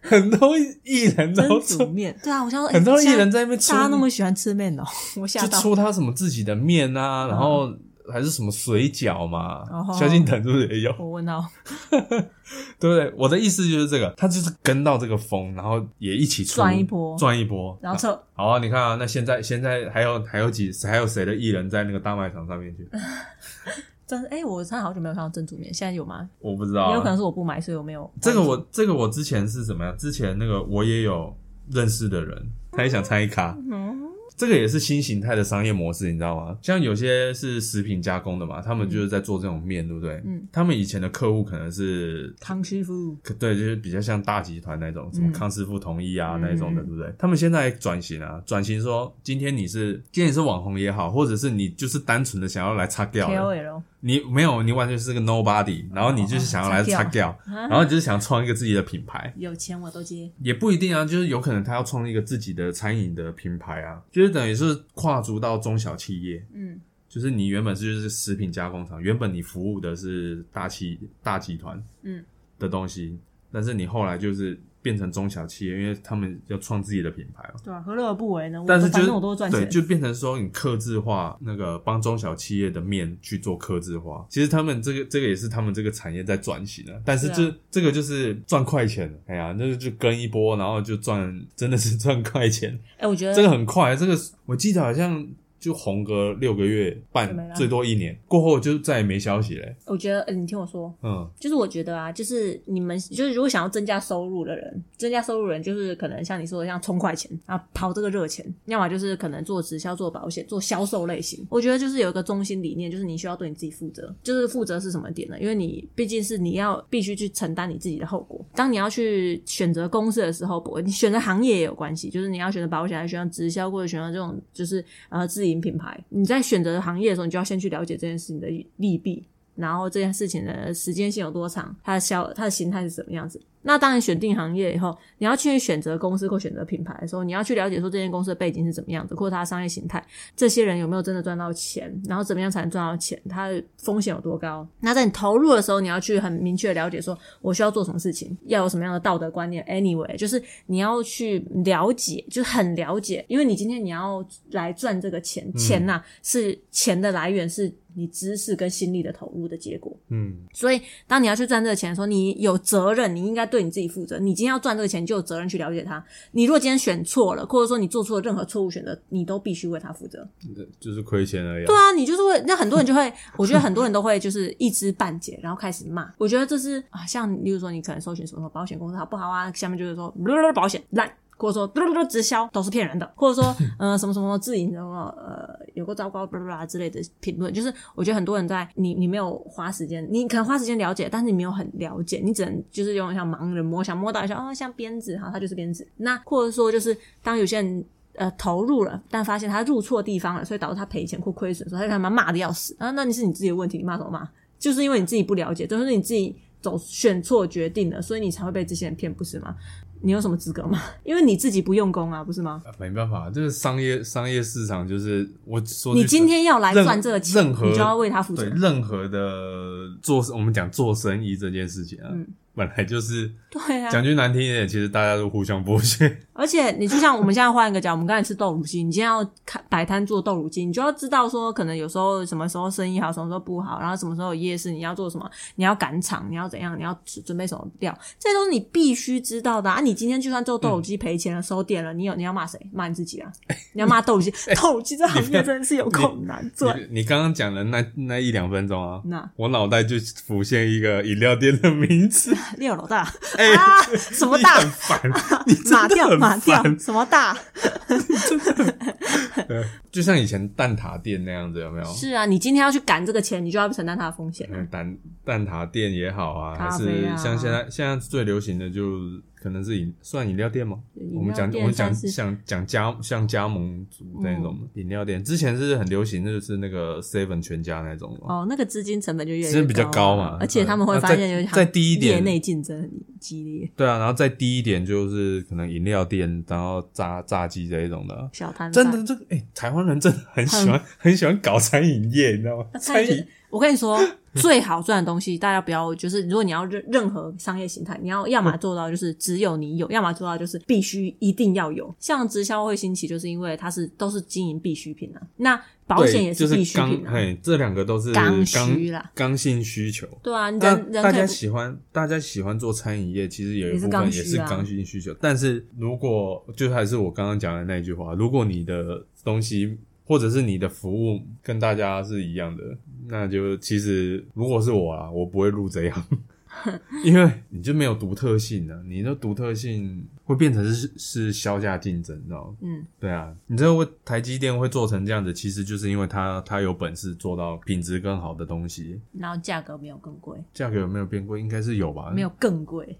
Speaker 1: 很多艺人都出
Speaker 2: 蒸煮面，对啊，我想说，哎
Speaker 1: 很多艺人
Speaker 2: 现
Speaker 1: 在那边出
Speaker 2: 大家那么喜欢吃面哦， 我吓
Speaker 1: 就
Speaker 2: 到。嗯
Speaker 1: 出他什么自己的面啊，然后还是什么水饺嘛
Speaker 2: 哦，
Speaker 1: 萧敬腾是不是也有？
Speaker 2: 我问到，
Speaker 1: 对不对？我的意思就是这个，他就是跟到这个风，然后也一起出
Speaker 2: 赚一波
Speaker 1: 赚一波。
Speaker 2: 然后撤，
Speaker 1: 好啊，你看啊，那现在现在还有还有几还有谁的艺人在那个大卖场上面 去？
Speaker 2: 真是哎，我真的好久没有看到蒸煮面，现在有吗？
Speaker 1: 我不知道、啊，
Speaker 2: 也有可能是我不买，所以我没有。
Speaker 1: 这个我这个我之前是怎么样？之前那个我也有认识的人，他也想参一咖。
Speaker 2: 嗯
Speaker 1: 这个也是新形态的商业模式，你知道吗？像有些是食品加工的嘛，他们就是在做这种面，对不对？
Speaker 2: 嗯，
Speaker 1: 他们以前的客户可能是
Speaker 2: 康师傅，
Speaker 1: 可对，就是比较像大集团那种，什么
Speaker 2: 嗯
Speaker 1: 康师傅、统一啊、
Speaker 2: 嗯
Speaker 1: 那一种的，对不对？他们现在转型啊，转型说，今天你是今天你是网红也好，或者是你就是单纯的想要来擦掉的
Speaker 2: KOL
Speaker 1: 你没有，你完全是个 nobody，然后你就是想要来擦
Speaker 2: 擦
Speaker 1: 掉，
Speaker 2: 啊
Speaker 1: 然后你就是想创一个自己的品牌，
Speaker 2: 有钱我都接，
Speaker 1: 也不一定啊，就是有可能他要创立一个自己的餐饮的品牌啊，就是等于是跨足到中小企业，
Speaker 2: 嗯
Speaker 1: 就是你原本是就是食品加工厂，原本你服务的是大企大集团，
Speaker 2: 嗯
Speaker 1: 的东西，但是你后来就是变成中小企业，因为他们要创自己的品牌嘛。
Speaker 2: 对啊，何乐而不为呢？我
Speaker 1: 但是
Speaker 2: 都
Speaker 1: 就
Speaker 2: 反
Speaker 1: 是
Speaker 2: 正我都会赚
Speaker 1: 对，
Speaker 2: 钱，
Speaker 1: 就变成说你克制化那个帮中小企业的面去做克制化。其实他们这个这个也是他们这个产业在转型啊，但是这、
Speaker 2: 是
Speaker 1: 这个就是赚快钱，哎呀，那就跟一波，然后就赚，真的是赚快钱，
Speaker 2: 哎，我觉
Speaker 1: 这个
Speaker 2: 得
Speaker 1: 很快，这个我记得好像就红个六个月
Speaker 2: 就没
Speaker 1: 半，
Speaker 2: 了
Speaker 1: 最多一年过后就再也没消息嘞、
Speaker 2: 我觉得，哎你听我说，
Speaker 1: 嗯，
Speaker 2: 就是我觉得啊，就是你们就是如果想要增加收入的人，增加收入的人就是可能像你说的，像充快钱啊，跑这个热钱，要么就是可能做直销、做保险、做销售类型。我觉得就是有一个中心理念，就是你需要对你自己负责。就是负责是什么点呢？因为你毕竟是你要必须去承担你自己的后果。当你要去选择公司的时候，不你选择行业也有关系，就是你要选择保险，还是选择直销，或者选择这种就是呃自营品牌。你在选择行业的时候，你就要先去了解这件事情的利弊，然后这件事情的时间性有多长，它的消它的形态是什么样子。那当然，选定行业以后，你要去选择公司或选择品牌的时候，你要去了解说这间公司的背景是怎么样子，或者它的商业形态，这些人有没有真的赚到钱，然后怎么样才能赚到钱，它的风险有多高。那在你投入的时候，你要去很明确地了解说我需要做什么事情，要有什么样的道德观念。Anyway，就是你要去了解，就是很了解，因为你今天你要来赚这个钱，钱呐、是钱的来源是你知识跟心力的投入的结果。
Speaker 1: 嗯，
Speaker 2: 所以，当你要去赚这个钱的时候，你有责任，你应该对你自己负责。你今天要赚这个钱，你就有责任去了解它。你如果今天选错了，或者说你做出了任何错误选择，你都必须为它负责。
Speaker 1: 就是亏钱而已啊、
Speaker 2: 对啊，你就是会，那很多人就会，我觉得很多人都会就是一知半解，然后开始骂。我觉得这是啊，像例如说你可能搜寻什么保险公司好不好啊，下面就是说保险烂。或者说，呃直销都是骗人的，或者说，呃，什么什么自营什么，呃，有个糟糕，blah blah blah 之类的评论，就是我觉得很多人在你你没有花时间，你可能花时间了解，但是你没有很了解，你只能就是用像盲人摸象，摸到一下，哦，像鞭子，好，它就是鞭子。那或者说，就是当有些人呃投入了，但发现他入错地方了，所以导致他赔钱或亏损的时候，他就他妈骂的要死啊！那你是你自己的问题，你骂什么骂？就是因为你自己不了解，就是你自己走选错决定了，所以你才会被这些人骗，不是吗？你有什么资格吗？因为你自己不用功啊，不是吗？
Speaker 1: 没办法，这个商业商业市场就是我说句
Speaker 2: 你
Speaker 1: 实
Speaker 2: 今天要来
Speaker 1: 任
Speaker 2: 赚这个钱，
Speaker 1: 任何
Speaker 2: 你就要为他负责
Speaker 1: 对。任何的做，我们讲做生意这件事情啊，
Speaker 2: 嗯
Speaker 1: 本来就是
Speaker 2: 对啊，
Speaker 1: 讲句难听一点，其实大家都互相剥 削。
Speaker 2: 而且你就像我们现在换一个讲， 我们刚才吃豆乳鸡，你今天要开摆摊做豆乳鸡，你就要知道说，可能有时候什么时候生意好，什么时候不好，然后什么时候有夜市，你要做什么，你要赶场，你要怎样，你要准备什么料，这都是你必须知道的啊！啊你今天就算做豆乳鸡赔钱了、收店了，你有你要骂谁？骂你 自己啊！你要骂豆乳鸡，
Speaker 1: 哎
Speaker 2: 豆乳鸡这行业真的是有够难做。
Speaker 1: 你你刚刚讲的那那一两分钟啊，
Speaker 2: 那
Speaker 1: 我脑袋就浮现一个饮料店的名字，
Speaker 2: 六楼大、
Speaker 1: 哎、
Speaker 2: 啊，什么大
Speaker 1: 你很烦，你真
Speaker 2: 马
Speaker 1: 的
Speaker 2: 掉
Speaker 1: 很
Speaker 2: 马掉
Speaker 1: 烦，
Speaker 2: 什么大？
Speaker 1: 就像以前蛋挞店那样子，有没有？
Speaker 2: 是啊，你今天要去赶这个钱，你就要承担它的风险啊。
Speaker 1: 嗯，蛋蛋挞店也好啊，
Speaker 2: 咖
Speaker 1: 还
Speaker 2: 啡
Speaker 1: 是
Speaker 2: 啊
Speaker 1: 像现在现在最流行的就可能是饮算饮料店吗？
Speaker 2: 饮料店
Speaker 1: 我们讲我们讲
Speaker 2: 算是嗯
Speaker 1: 像讲加像加盟组那种饮料店，之前是很流行，就是那个 seven 全家那种嘛。
Speaker 2: 哦，那个资金成本就越来
Speaker 1: 其
Speaker 2: 越
Speaker 1: 实比较
Speaker 2: 高
Speaker 1: 高
Speaker 2: 啊
Speaker 1: 嘛
Speaker 2: 而且他们会
Speaker 1: 对
Speaker 2: 发
Speaker 1: 那
Speaker 2: 现有
Speaker 1: 再再低一点
Speaker 2: 业内竞争很激烈，
Speaker 1: 对啊，然后再低一点就是可能饮料店，然后炸炸鸡这一种的啊。
Speaker 2: 小摊贩
Speaker 1: 真的，。这个哎、台湾人真的很喜欢很喜欢搞餐饮业，你知道吗？
Speaker 2: 餐
Speaker 1: 餐
Speaker 2: 饮
Speaker 1: 饮
Speaker 2: 我跟你说，最好赚的东西，大家不要就是，如果你要任任何商业形态，你要要
Speaker 1: 嗯
Speaker 2: 么做到就是只有你有，要么做到就是必须一定要有。像直销会兴起，就是因为它是都是经营必需品啊，那保险也
Speaker 1: 对就是
Speaker 2: 必需
Speaker 1: 刚
Speaker 2: 品啊，
Speaker 1: 嘿，这两个都是
Speaker 2: 刚
Speaker 1: 刚
Speaker 2: 需啦
Speaker 1: 刚性需求。
Speaker 2: 对啊，人
Speaker 1: 那
Speaker 2: 人
Speaker 1: 大
Speaker 2: 可
Speaker 1: 家
Speaker 2: 以不
Speaker 1: 喜欢大家喜欢做餐饮业，其实有一
Speaker 2: 也是
Speaker 1: 部
Speaker 2: 刚
Speaker 1: 分
Speaker 2: 需
Speaker 1: 也是
Speaker 2: 啊
Speaker 1: 刚性需求。但是如果就还是我刚刚讲的那句话，如果你的东西或者是你的服务跟大家是一样的，那就其实如果是我啊，我不会入这 样。因为你就没有独特性了、你的独特性会变成是是销价竞争，你知道吗？
Speaker 2: 嗯，
Speaker 1: 对啊，你知道为台积电会做成这样子，其实就是因为它它有本事做到品质更好的东西，
Speaker 2: 然后价格没有更贵，
Speaker 1: 价格有没有变贵？应该是有吧，
Speaker 2: 没有更贵，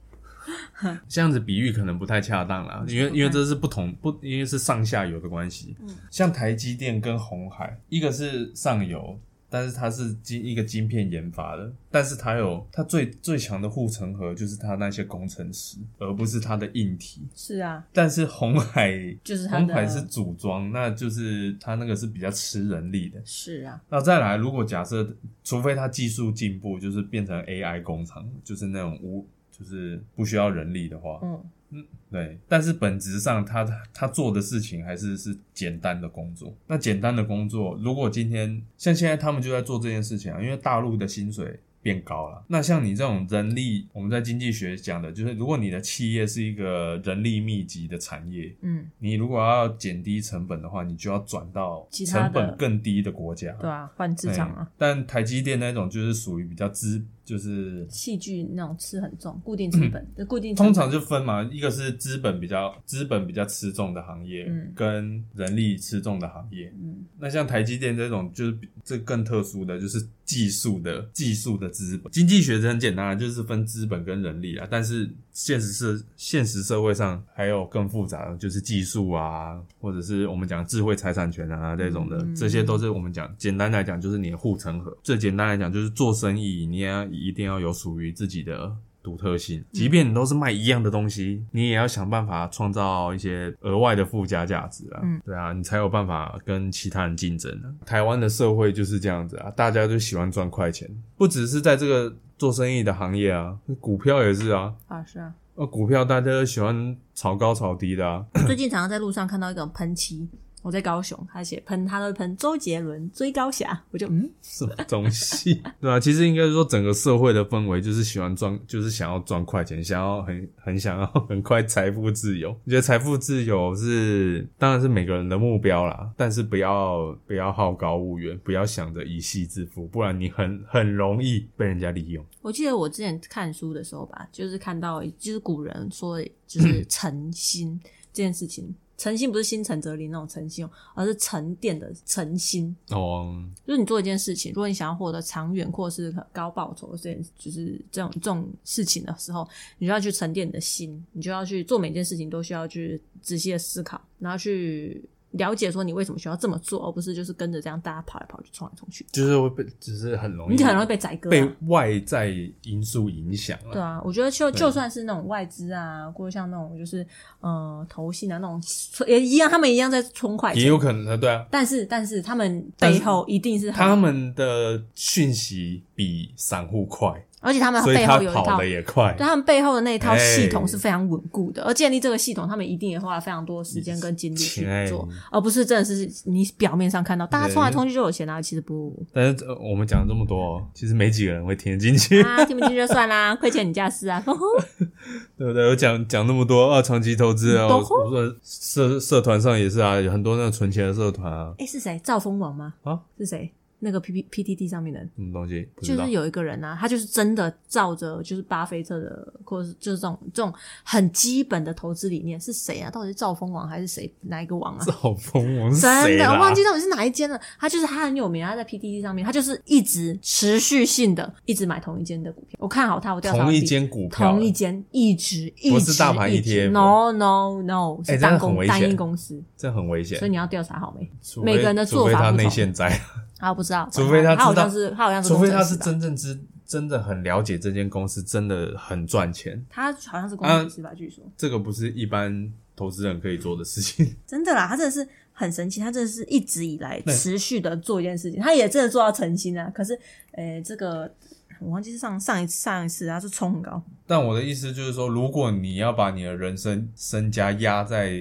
Speaker 1: 这样子比喻可能不太恰当啦，
Speaker 2: 嗯
Speaker 1: 因为因为这是不同不，因为是上下游的关系。嗯，像台积电跟红海，一个是上游，但是它是晶一个晶片研发的，但是它有它最最强的护城河就是它那些工程师，而不是它的硬体。
Speaker 2: 是啊，
Speaker 1: 但是红海
Speaker 2: 就是它
Speaker 1: 红
Speaker 2: 的
Speaker 1: 海是组装，那就是它那个是比较吃人力的。
Speaker 2: 是啊，
Speaker 1: 那再来，如果假设，除非它技术进步，就是变成 AI 工厂，就是那种无，就是不需要人力的话，
Speaker 2: 嗯。
Speaker 1: 对，但是本质上他他做的事情还是是简单的工作。那简单的工作，如果今天像现在他们就在做这件事情啊，因为大陆的薪水变高了。那像你这种人力，我们在经济学讲的就是，如果你的企业是一个人力密集的产业，
Speaker 2: 嗯，
Speaker 1: 你如果要减低成本的话，你就要转到
Speaker 2: 其他的
Speaker 1: 成本更低的国家。
Speaker 2: 对啊，换市场啊
Speaker 1: 嗯，但台积电那种就是属于比较资，就是
Speaker 2: 器具那种吃很重，固定成本，就固定
Speaker 1: 嗯
Speaker 2: 成
Speaker 1: 通
Speaker 2: 本
Speaker 1: 常就分嘛，一个是资本比较资本比较吃重的行业，
Speaker 2: 嗯
Speaker 1: 跟人力吃重的行业。
Speaker 2: 嗯，
Speaker 1: 那像台积电这种，就是比这更特殊的，就是技术的技术的资本。经济学是很简单的，就是分资本跟人力啊。但是现实是现实社会上还有更复杂的，就是技术啊，或者是我们讲智慧财产权啊这种的，
Speaker 2: 嗯
Speaker 1: 这些都是我们讲简单来讲就是你的护城河。最简单来讲就是做生意，你也要一定要有属于自己的。独特性，即便你都是卖一样的东西，你也要想办法创造一些额外的附加价值啊。
Speaker 2: 嗯
Speaker 1: 对啊，你才有办法跟其他人竞争啊。台湾的社会就是这样子啊，大家就喜欢赚快钱，不只是在这个做生意的行业啊，股票也是啊。
Speaker 2: 啊是 啊。
Speaker 1: 呃，股票大家都喜欢炒高炒低的啊，
Speaker 2: 最近常常在路上看到一种喷漆，我在高雄，他写喷，他都会喷周杰伦《追高侠》，我就嗯，
Speaker 1: 什么东 西？对啊，其实应该说整个社会的氛围就是喜欢赚，就是想要赚快钱，想要很很想要很快财富自由。我觉得财富自由是当然是每个人的目标啦，但是不要不要好高骛远，不要想着一夕致富，不然你很很容易被人家利用。
Speaker 2: 我记得我之前看书的时候吧，就是看到就是古人说的
Speaker 1: 嗯
Speaker 2: 就是诚心这件事情，诚心不是心诚则灵那种诚心哦，而是沉淀的诚心，
Speaker 1: 哦，
Speaker 2: 就是你做一件事情，如果你想要获得长远或是高报酬的这件，就是这种这种事情的时候，你就要去沉淀你的心，你就要去做每件事情都需要去仔细的思考，然后去了解说你为什么需要这么做，而不是就是跟着这样大家跑来跑去、冲来冲去，
Speaker 1: 就是会被，只是很容易，
Speaker 2: 你很容易被宰割、
Speaker 1: 哦被嗯
Speaker 2: 啊。
Speaker 1: 外在因素影响
Speaker 2: 对
Speaker 1: 了。
Speaker 2: 啊，我觉得就
Speaker 1: 对
Speaker 2: 就算是那种外资啊，或者像那种就是呃投信啊那种，也一样，他们一样在冲快
Speaker 1: 也
Speaker 2: 钱，
Speaker 1: 有可能，对啊，
Speaker 2: 但是但是他们
Speaker 1: 但是
Speaker 2: 背后一定是很
Speaker 1: 他们的讯息比散户快，
Speaker 2: 而且他们
Speaker 1: 所以
Speaker 2: 背
Speaker 1: 他
Speaker 2: 后有一
Speaker 1: 跑
Speaker 2: 套
Speaker 1: 的。也快
Speaker 2: 对。他们背后的那一套系
Speaker 1: 哎
Speaker 2: 统是非常稳固的，而建立这个系统，他们一定也花了非常多的时间跟精力去
Speaker 1: 哎
Speaker 2: 做，而不是真的是你表面上看到大家冲来冲去就有钱啊，其实不
Speaker 1: 但是、呃我们讲了这么多，哦其实没几个人会听得进去，
Speaker 2: 啊，听不进去就算啦，亏欠你家事啊，
Speaker 1: 对不对？我讲讲那么多啊，长期投资啊，我
Speaker 2: 懂
Speaker 1: 我说社社团上也是啊，有很多那个存钱的社团啊，
Speaker 2: 哎，是谁？赵蜂王吗？
Speaker 1: 啊，
Speaker 2: 是谁？那个 P P P T T 上面的人，
Speaker 1: 什么东西不知
Speaker 2: 就
Speaker 1: 道
Speaker 2: 是。有一个人啊，他就是真的照着就是巴菲特的，或者是就是这种这种很基本的投资理念是谁啊？到底是兆丰王还是谁哪一个王啊？
Speaker 1: 赵峰，我是 谁
Speaker 2: 真的，
Speaker 1: 啦
Speaker 2: 我忘记到底是哪一间了。他就是他很有名啊，他在 PTT 上面，他就是一直持续性的一直买同一间的股票。我看好他，我调查
Speaker 1: 同一
Speaker 2: 地
Speaker 1: 间股票，欸
Speaker 2: 同一间一直一直
Speaker 1: 不是大盘
Speaker 2: 一直
Speaker 1: ETF
Speaker 2: no no no
Speaker 1: 哎
Speaker 2: 是
Speaker 1: 这样很
Speaker 2: 单公、
Speaker 1: 危险
Speaker 2: 单一公司，
Speaker 1: 这很危险
Speaker 2: 所以。你要调查好没？
Speaker 1: 除
Speaker 2: 每
Speaker 1: 非
Speaker 2: 个人的做
Speaker 1: 除非
Speaker 2: 法
Speaker 1: 他
Speaker 2: 不
Speaker 1: 内
Speaker 2: 同
Speaker 1: 线灾，
Speaker 2: 啊，我不知道，
Speaker 1: 除非他
Speaker 2: 他好
Speaker 1: 知道
Speaker 2: 像是他好像是
Speaker 1: 除非他
Speaker 2: 工程
Speaker 1: 是
Speaker 2: 师吧
Speaker 1: 真正知真的很了解这间公司，真的很赚钱，
Speaker 2: 他好像是工程师
Speaker 1: 啊
Speaker 2: 吧？据说
Speaker 1: 这个不是一般投资人可以做的事情。
Speaker 2: 真的啦，他真的是很神奇，他真的是一直以来
Speaker 1: 对
Speaker 2: 持续的做一件事情，他也真的做到诚心啊。可是，呃，这个我忘记是上上一次上一次他是冲很高，
Speaker 1: 但我的意思就是说，如果你要把你的人生身家压在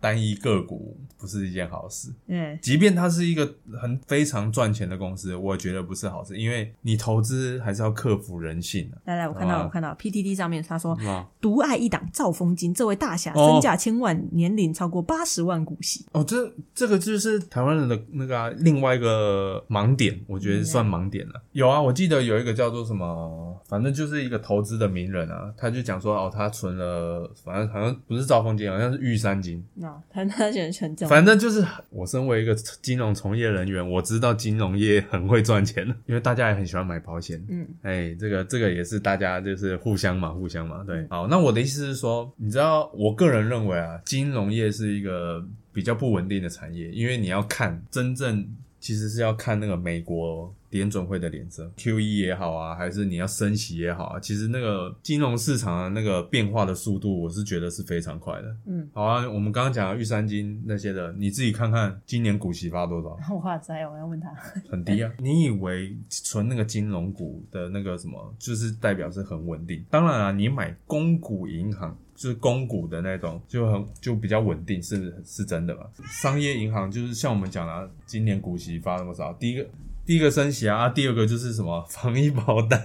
Speaker 1: 单一个股，不是一件好事。
Speaker 2: 嗯，
Speaker 1: 即便它是一个很非常赚钱的公司，我觉得不是好事，因为你投资还是要克服人性啊的、
Speaker 2: 来来，我看到
Speaker 1: 哇
Speaker 2: 了我看到了 PTT 上面他说
Speaker 1: 哇，
Speaker 2: 独爱一档兆丰金，这位大侠
Speaker 1: 哦
Speaker 2: 身价千万，年龄超过八十万股息，
Speaker 1: 哦，这这个就是台湾人的那个、啊、另外一个盲点，我觉得算盲点了、有啊，我记得有一个叫做什么，反正就是一个投资的名人啊，他就讲说哦，他存了，反正好像不是兆丰金，好像是玉山金，
Speaker 2: 那他他选成这
Speaker 1: 反正就是我身为一个金融从业人员，我知道金融业很会赚钱 的，因为大家也很喜欢买保险。
Speaker 2: 嗯，
Speaker 1: 哎，这个这个也是大家就是互相嘛，互相嘛，对。好，那我的意思是说，你知道，我个人认为啊，金融业是一个比较不稳定的产业，因为你要看真正其实是要看那个美国联准会的脸色，Q E 也好啊，还是你要升息也好啊，其实那个金融市场的啊那个变化的速度，我是觉得是非常快的。
Speaker 2: 嗯，
Speaker 1: 好啊，我们刚刚讲的玉山金那些的，你自己看看今年股息发多少，
Speaker 2: 我哇塞，哎我要问他，
Speaker 1: 很低啊。你以为存那个金融股的那个什么，就是代表是很稳定？当然啊，你买公股银行。就是公股的那种，就很就比较稳定，是是真的吧？商业银行就是像我们讲的、啊，今年股息发那么少，第一个第一个升息啊，啊第二个就是什么防疫保单，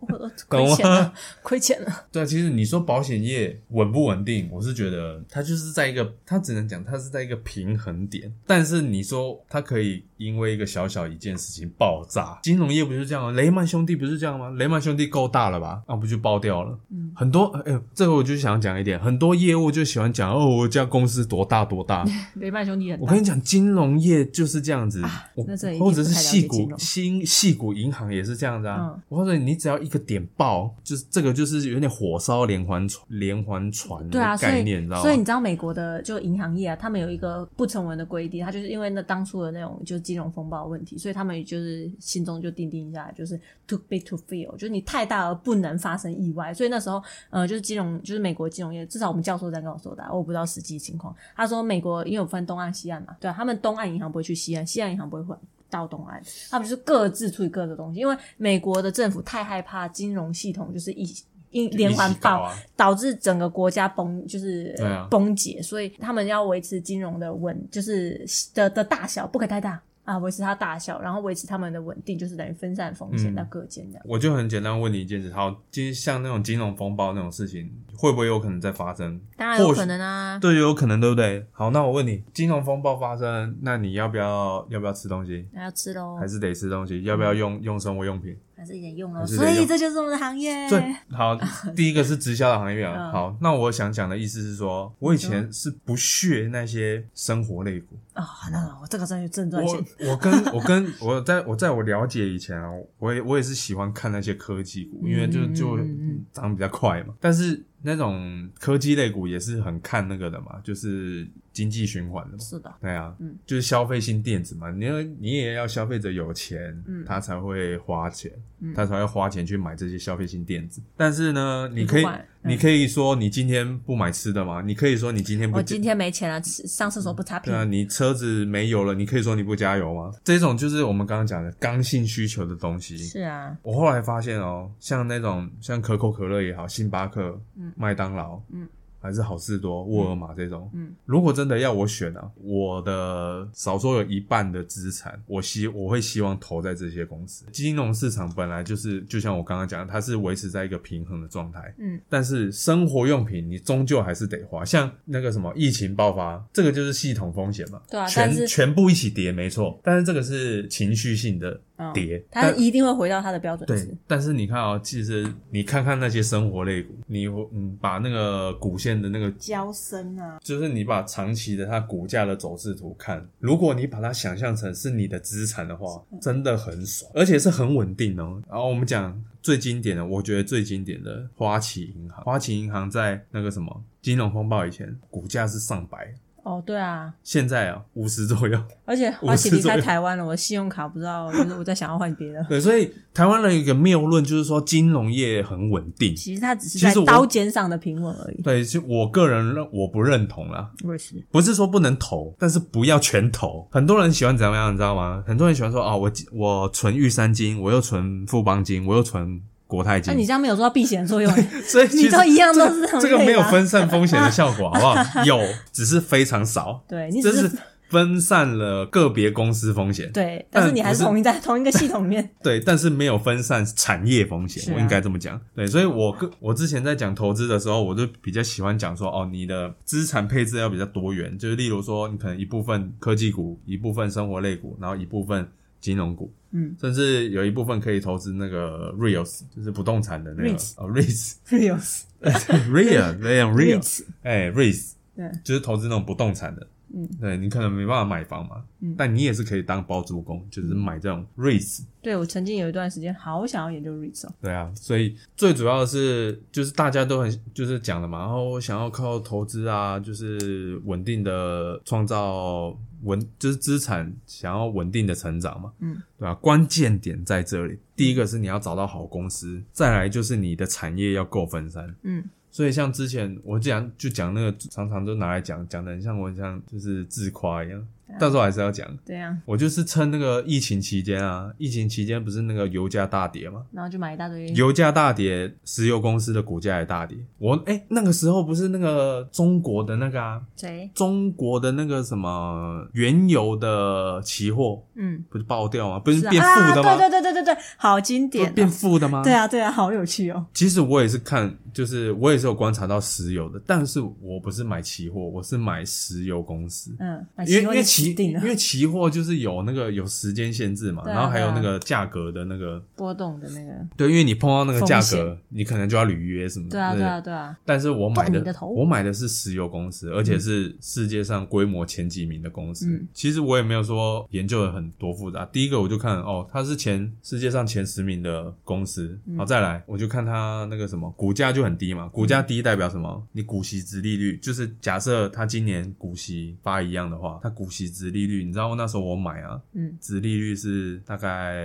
Speaker 2: 我我
Speaker 1: 懂
Speaker 2: 亏
Speaker 1: 吗
Speaker 2: 钱了，亏钱 了，
Speaker 1: 对，啊其实你说保险业稳不稳定，我是觉得它就是在一个，它只能讲它是在一个平衡点。但是你说它可以因为一个小小一件事情爆炸，金融业不是这样吗？雷曼兄弟不是这样吗？雷曼兄弟够大了吧？那、不就爆掉了？嗯，很多，哎、呦，这个我就想讲一点，很多业务就喜欢讲哦，我家公司多大多大。
Speaker 2: 雷曼兄弟很
Speaker 1: 我
Speaker 2: 大
Speaker 1: 跟你讲，金融业就是这样子，我
Speaker 2: 啊那这一定
Speaker 1: 或者是
Speaker 2: 不太了解
Speaker 1: 细
Speaker 2: 金
Speaker 1: 股
Speaker 2: 融
Speaker 1: 新细股银行也是这样子啊。
Speaker 2: 嗯
Speaker 1: 我告诉你，你只要一个点爆，就是这个就是有点火烧连环船连环船
Speaker 2: 对啊，
Speaker 1: 的
Speaker 2: 所
Speaker 1: 概
Speaker 2: 以
Speaker 1: 念，你知道
Speaker 2: 所以你
Speaker 1: 吗？
Speaker 2: 知道美国的就银行业啊，他们有一个不成文的规定，他就是因为那当初的那种就是金融风暴的问题，所以他们就是心中就定定下来，就是 too big to fail，就是你太大而不能发生意外。所以那时候，呃，就是金融就是美国金融业，至少我们教授在跟我说的啊、我不知道实际情况。他说美国因为有分东岸西岸嘛，对、啊，他们东岸银行不会去西岸，西岸银行不会换。到东岸，他们就是各自处理各的东西，因为美国的政府太害怕金融系统就是一一连环
Speaker 1: 一起搞
Speaker 2: 爆，
Speaker 1: 啊，
Speaker 2: 导致整个国家崩，就是、
Speaker 1: 对啊
Speaker 2: 崩解，所以他们要维持金融的稳，就是的的大小不可以太大啊，维持它大小，然后维持他们的稳定，就是等于分散风险
Speaker 1: 嗯
Speaker 2: 到各间这样。
Speaker 1: 我就很简单问你一件事：好，今像那种金融风暴那种事情，会不会有可能再发生？
Speaker 2: 当然有
Speaker 1: 或许
Speaker 2: 可能啊，
Speaker 1: 对，有可能，对不对？好，那我问你，金融风暴发生，那你要不要要不要吃东西？
Speaker 2: 那要吃喽，
Speaker 1: 还是得吃东西？要不
Speaker 2: 嗯
Speaker 1: 要用用生活用品？
Speaker 2: 还是一点用喽，
Speaker 1: 还是得
Speaker 2: 所以
Speaker 1: 用
Speaker 2: 这就是我们的行业。
Speaker 1: 对， 好，第一个是直销的行业啊。
Speaker 2: 哎嗯
Speaker 1: 好，那我想讲的意思是说，我以前是不屑那些生活类股。
Speaker 2: 啊、那我这个真的正赚
Speaker 1: 我
Speaker 2: 钱，
Speaker 1: 我跟我跟我在我在我了解以前啊，我也我也是喜欢看那些科技股，因为就就
Speaker 2: 嗯嗯嗯
Speaker 1: 涨比较快嘛。但是那种科技类股也是很看那个的嘛，就是经济循环了嘛。
Speaker 2: 是的，
Speaker 1: 对啊，
Speaker 2: 嗯
Speaker 1: 就是消费性电子嘛，你要你也要消费者有钱，
Speaker 2: 嗯
Speaker 1: 他才会花钱，
Speaker 2: 嗯
Speaker 1: 他才会花钱去买这些消费性电子。但是呢，你可
Speaker 2: 你
Speaker 1: 以
Speaker 2: 不管，嗯
Speaker 1: 你可以说你今天不买吃的吗？你可以说你今天不
Speaker 2: 我今天没钱了，吃上厕所不擦屁
Speaker 1: 对啊，
Speaker 2: 股。
Speaker 1: 你车子没油了，你可以说你不加油吗？这种就是我们刚刚讲的刚性需求的东西。
Speaker 2: 是啊，
Speaker 1: 我后来发现哦，像那种像可口可乐也好，星巴克、
Speaker 2: 嗯
Speaker 1: 麦当劳，
Speaker 2: 嗯，
Speaker 1: 还是好事多、沃尔玛这种，
Speaker 2: 嗯，
Speaker 1: 如果真的要我选啊，我的少说有一半的资产，我希我会希望投在这些公司。金融市场本来就是，就像我刚刚讲的，它是维持在一个平衡的状态，
Speaker 2: 嗯，
Speaker 1: 但是生活用品你终究还是得花，像那个什么疫情爆发，这个就是系统风险嘛，
Speaker 2: 对啊但
Speaker 1: 全
Speaker 2: 是
Speaker 1: 全部一起跌没错，但是这个是情绪性的
Speaker 2: 嗯
Speaker 1: 跌，
Speaker 2: 他
Speaker 1: 但
Speaker 2: 一定会回到他的标准
Speaker 1: 对
Speaker 2: 值。，
Speaker 1: 但是你看哦，其实你看看那些生活类股，你嗯把那个股线的那个，
Speaker 2: 娇生啊，
Speaker 1: 就是你把长期的它股价的走势图看，如果你把它想象成是你的资产的话，真的很爽，而且是很稳定哦。然后我们讲最经典的，我觉得最经典的花旗银行，花旗银行在那个什么金融风暴以前，股价是上百，
Speaker 2: 哦，对啊，
Speaker 1: 现在啊五十左右。
Speaker 2: 而且花旗
Speaker 1: 我是
Speaker 2: 离
Speaker 1: 这
Speaker 2: 开
Speaker 1: 样
Speaker 2: 台湾了，我信用卡不知 道，就是我在想要换别的。
Speaker 1: 对，所以台湾人有一个谬论，就是说金融业很稳定。
Speaker 2: 其实他只是
Speaker 1: 其
Speaker 2: 在
Speaker 1: 实我
Speaker 2: 刀尖上的平稳而已。
Speaker 1: 对，其实我个人认我不认同啦，
Speaker 2: 我也是，
Speaker 1: 不是说不能投，但是不要全投。很多人喜欢怎么样，你知道吗？很多人喜欢说哦，我我存玉山金，我又存富邦金，我又存国泰
Speaker 2: 那、
Speaker 1: 金。
Speaker 2: 你这样没有做到避险 作用，
Speaker 1: 所以其实
Speaker 2: 你都一样
Speaker 1: 这
Speaker 2: 都是很
Speaker 1: 这个
Speaker 2: 累
Speaker 1: 没有
Speaker 2: 啊
Speaker 1: 分散风险的效 果，好不好？有，只是非常少。
Speaker 2: 对你
Speaker 1: 这
Speaker 2: 只
Speaker 1: 是
Speaker 2: 是
Speaker 1: 分散了个别公司风险。
Speaker 2: 对，但是你还嗯是
Speaker 1: 不是
Speaker 2: 同一在同一个系统里 面。
Speaker 1: 对，但是没有分散产业风
Speaker 2: 是
Speaker 1: 险，
Speaker 2: 啊
Speaker 1: 我应该这么讲。对，所以我个我之前在讲投资的时候，我就比较喜欢讲说，哦，你的资产配置要比较多元，就是例如说，你可能一部分科技股，一部分生活类股，然后一部分金融股，
Speaker 2: 嗯
Speaker 1: 甚至有一部分可以投资那个 reals，就是不动产的那个
Speaker 2: REITs
Speaker 1: 哦 reals
Speaker 2: ，Reals，
Speaker 1: real 那样 real，
Speaker 2: Reals
Speaker 1: 哎 reals
Speaker 2: 对，
Speaker 1: 就是投资那种不动产的。
Speaker 2: 嗯，
Speaker 1: 对你可能没办法买房嘛，
Speaker 2: 嗯
Speaker 1: 但你也是可以当包租公，就是买这种 REITs，
Speaker 2: 对我曾经有一段时间好想要研究 Reals，哦
Speaker 1: 对啊，所以最主要的是就是大家都很就是讲的嘛，然后我想要靠投资啊，就是稳定的创造稳，就是资产想要稳定的成长嘛，
Speaker 2: 嗯，
Speaker 1: 对吧、啊关键点在这里，第一个是你要找到好公司，再来就是你的产业要够分散。
Speaker 2: 嗯，
Speaker 1: 所以像之前我讲就讲那个，常常都拿来讲，讲的很像我很像就是自夸一样，到时候还是要讲。
Speaker 2: 这样，
Speaker 1: 我就是趁那个疫情期间啊，疫情期间不是那个油价大跌嘛，
Speaker 2: 然后就买一大堆，
Speaker 1: 油价大跌，石油公司的股价也大跌。我哎、那个时候不是那个中国的那个啊，
Speaker 2: 谁？
Speaker 1: 中国的那个什么原油的期货
Speaker 2: 嗯，
Speaker 1: 不是爆掉吗？不是
Speaker 2: 是啊
Speaker 1: 变负的吗？
Speaker 2: 啊对对对对对对，好经
Speaker 1: 不是
Speaker 2: 典、哦
Speaker 1: 变负的吗？
Speaker 2: 对。啊对啊，好有趣哦。
Speaker 1: 其实我也是看，就是我也是有观察到石油的，但是我不是买期货，我是买石油公司。
Speaker 2: 嗯，买
Speaker 1: 因为因为
Speaker 2: 期货就死
Speaker 1: 期
Speaker 2: 定
Speaker 1: 因
Speaker 2: 了，
Speaker 1: 为期货就是有那个有时间限制嘛，
Speaker 2: 对啊
Speaker 1: 然后还有
Speaker 2: 对啊
Speaker 1: 那个价格的那个
Speaker 2: 波动的那个，
Speaker 1: 对，因为你碰到那个价
Speaker 2: 风
Speaker 1: 格，你可能就要履约什么
Speaker 2: 对啊
Speaker 1: 之类
Speaker 2: 对
Speaker 1: 的
Speaker 2: 啊对啊，
Speaker 1: 但是我买
Speaker 2: 断
Speaker 1: 的
Speaker 2: 你的头
Speaker 1: 我买的是石油公司，而且是世界上规模前几名的公司。
Speaker 2: 嗯
Speaker 1: 其实我也没有说研究的很多复杂。第一个我就看哦，它是前世界上前十名的公司，
Speaker 2: 嗯
Speaker 1: 好、再来我就看它那个什么股价就很低嘛，股价低代表什么？你股息值利率就是假设它今年股息发一样的话，它股息值利率，你知道那时候我买啊，
Speaker 2: 嗯，
Speaker 1: 值利率是大概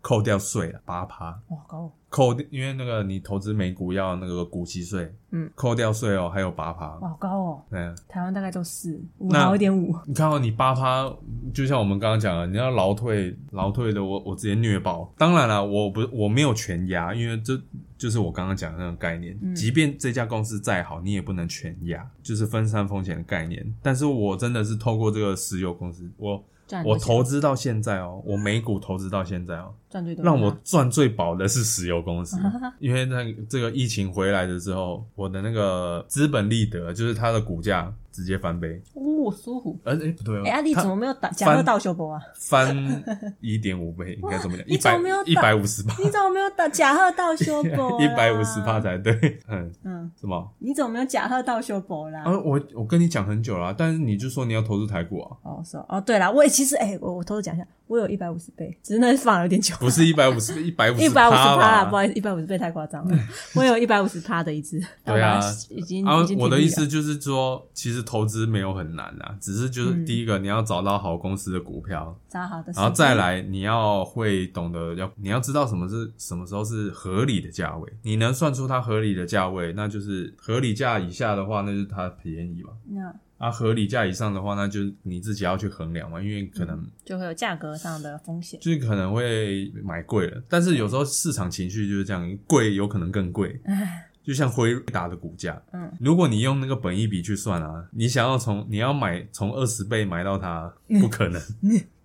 Speaker 1: 扣掉税了八趴，
Speaker 2: 哇高哦
Speaker 1: 扣掉，因为那个你投资美股要那个股息税，
Speaker 2: 嗯，
Speaker 1: 扣掉税哦，还有八趴，
Speaker 2: 哇好高哦，
Speaker 1: 嗯，
Speaker 2: 台湾大概都是五
Speaker 1: 那
Speaker 2: 好一点五，
Speaker 1: 你看到、哦、你八趴，就像我们刚刚讲的，你要劳退，劳退的我我直接虐爆。当然了，我不我没有全压，因为这就是我刚刚讲的那种概念，
Speaker 2: 嗯
Speaker 1: 即便这家公司再好，你也不能全压，就是分散风险的概念。但是我真的是透过这个石油公司，我
Speaker 2: 赚
Speaker 1: 我
Speaker 2: 多少
Speaker 1: 投资到现在哦，我美股投资到现在哦，
Speaker 2: 赚最多的吗，
Speaker 1: 让我赚最饱的是石油公 司，因为那个这个疫情回来的之后，我的那个资本利得就是它的股价直接翻倍，
Speaker 2: 呜哦舒服。
Speaker 1: 而、诶不对哦，
Speaker 2: 哎，阿丽
Speaker 1: 它
Speaker 2: 怎么没有打讲到道 修博啊？
Speaker 1: 翻一点五倍？应该怎么 讲？
Speaker 2: 你
Speaker 1: 一
Speaker 2: 怎么
Speaker 1: 百
Speaker 2: 没有
Speaker 1: 一百五十八，
Speaker 2: 你怎么没有打假贺道修博？
Speaker 1: 一百五十八。才对，嗯，
Speaker 2: 嗯，
Speaker 1: 什么？
Speaker 2: 你怎么没有假贺道修博啦？
Speaker 1: 啊，我我跟你讲很久了啊、但是你就说你要投资台股啊，
Speaker 2: 哦，是哦，哦，对啦，我也其实，哎、我我偷偷讲一下，我有一百五十倍，只是那放了有点久，
Speaker 1: 不是一百五 十，一百五
Speaker 2: 一
Speaker 1: 十
Speaker 2: 百五十趴啦，
Speaker 1: 啦，
Speaker 2: 不好意思，一百五十倍太夸 张了，我有一百五十趴的一只，
Speaker 1: 对啊
Speaker 2: 好吧已经、
Speaker 1: 啊
Speaker 2: 已经，
Speaker 1: 我的意
Speaker 2: 停
Speaker 1: 思就是说，其实实投资没有很难啊，只是就是
Speaker 2: 嗯
Speaker 1: 第一个你要找到好公司的股票，
Speaker 2: 找好的时间，
Speaker 1: 然后再来你要会懂得要你要知道什么是什么时候是合理的价位，你能算出它合理的价位，那就是合理价以下的话，那就是它便宜嘛。
Speaker 2: 那
Speaker 1: 啊，合理价以上的话，那就是你自己要去衡量嘛，因为可能、
Speaker 2: 就会有价格上的风险。
Speaker 1: 就是可能会买贵了，但是有时候市场情绪就是这样，贵有可能更贵。
Speaker 2: 唉，
Speaker 1: 就像辉达的股价，
Speaker 2: 嗯，
Speaker 1: 如果你用那个本益比去算啊，你想要从你要买从二十倍买到它，不可 能。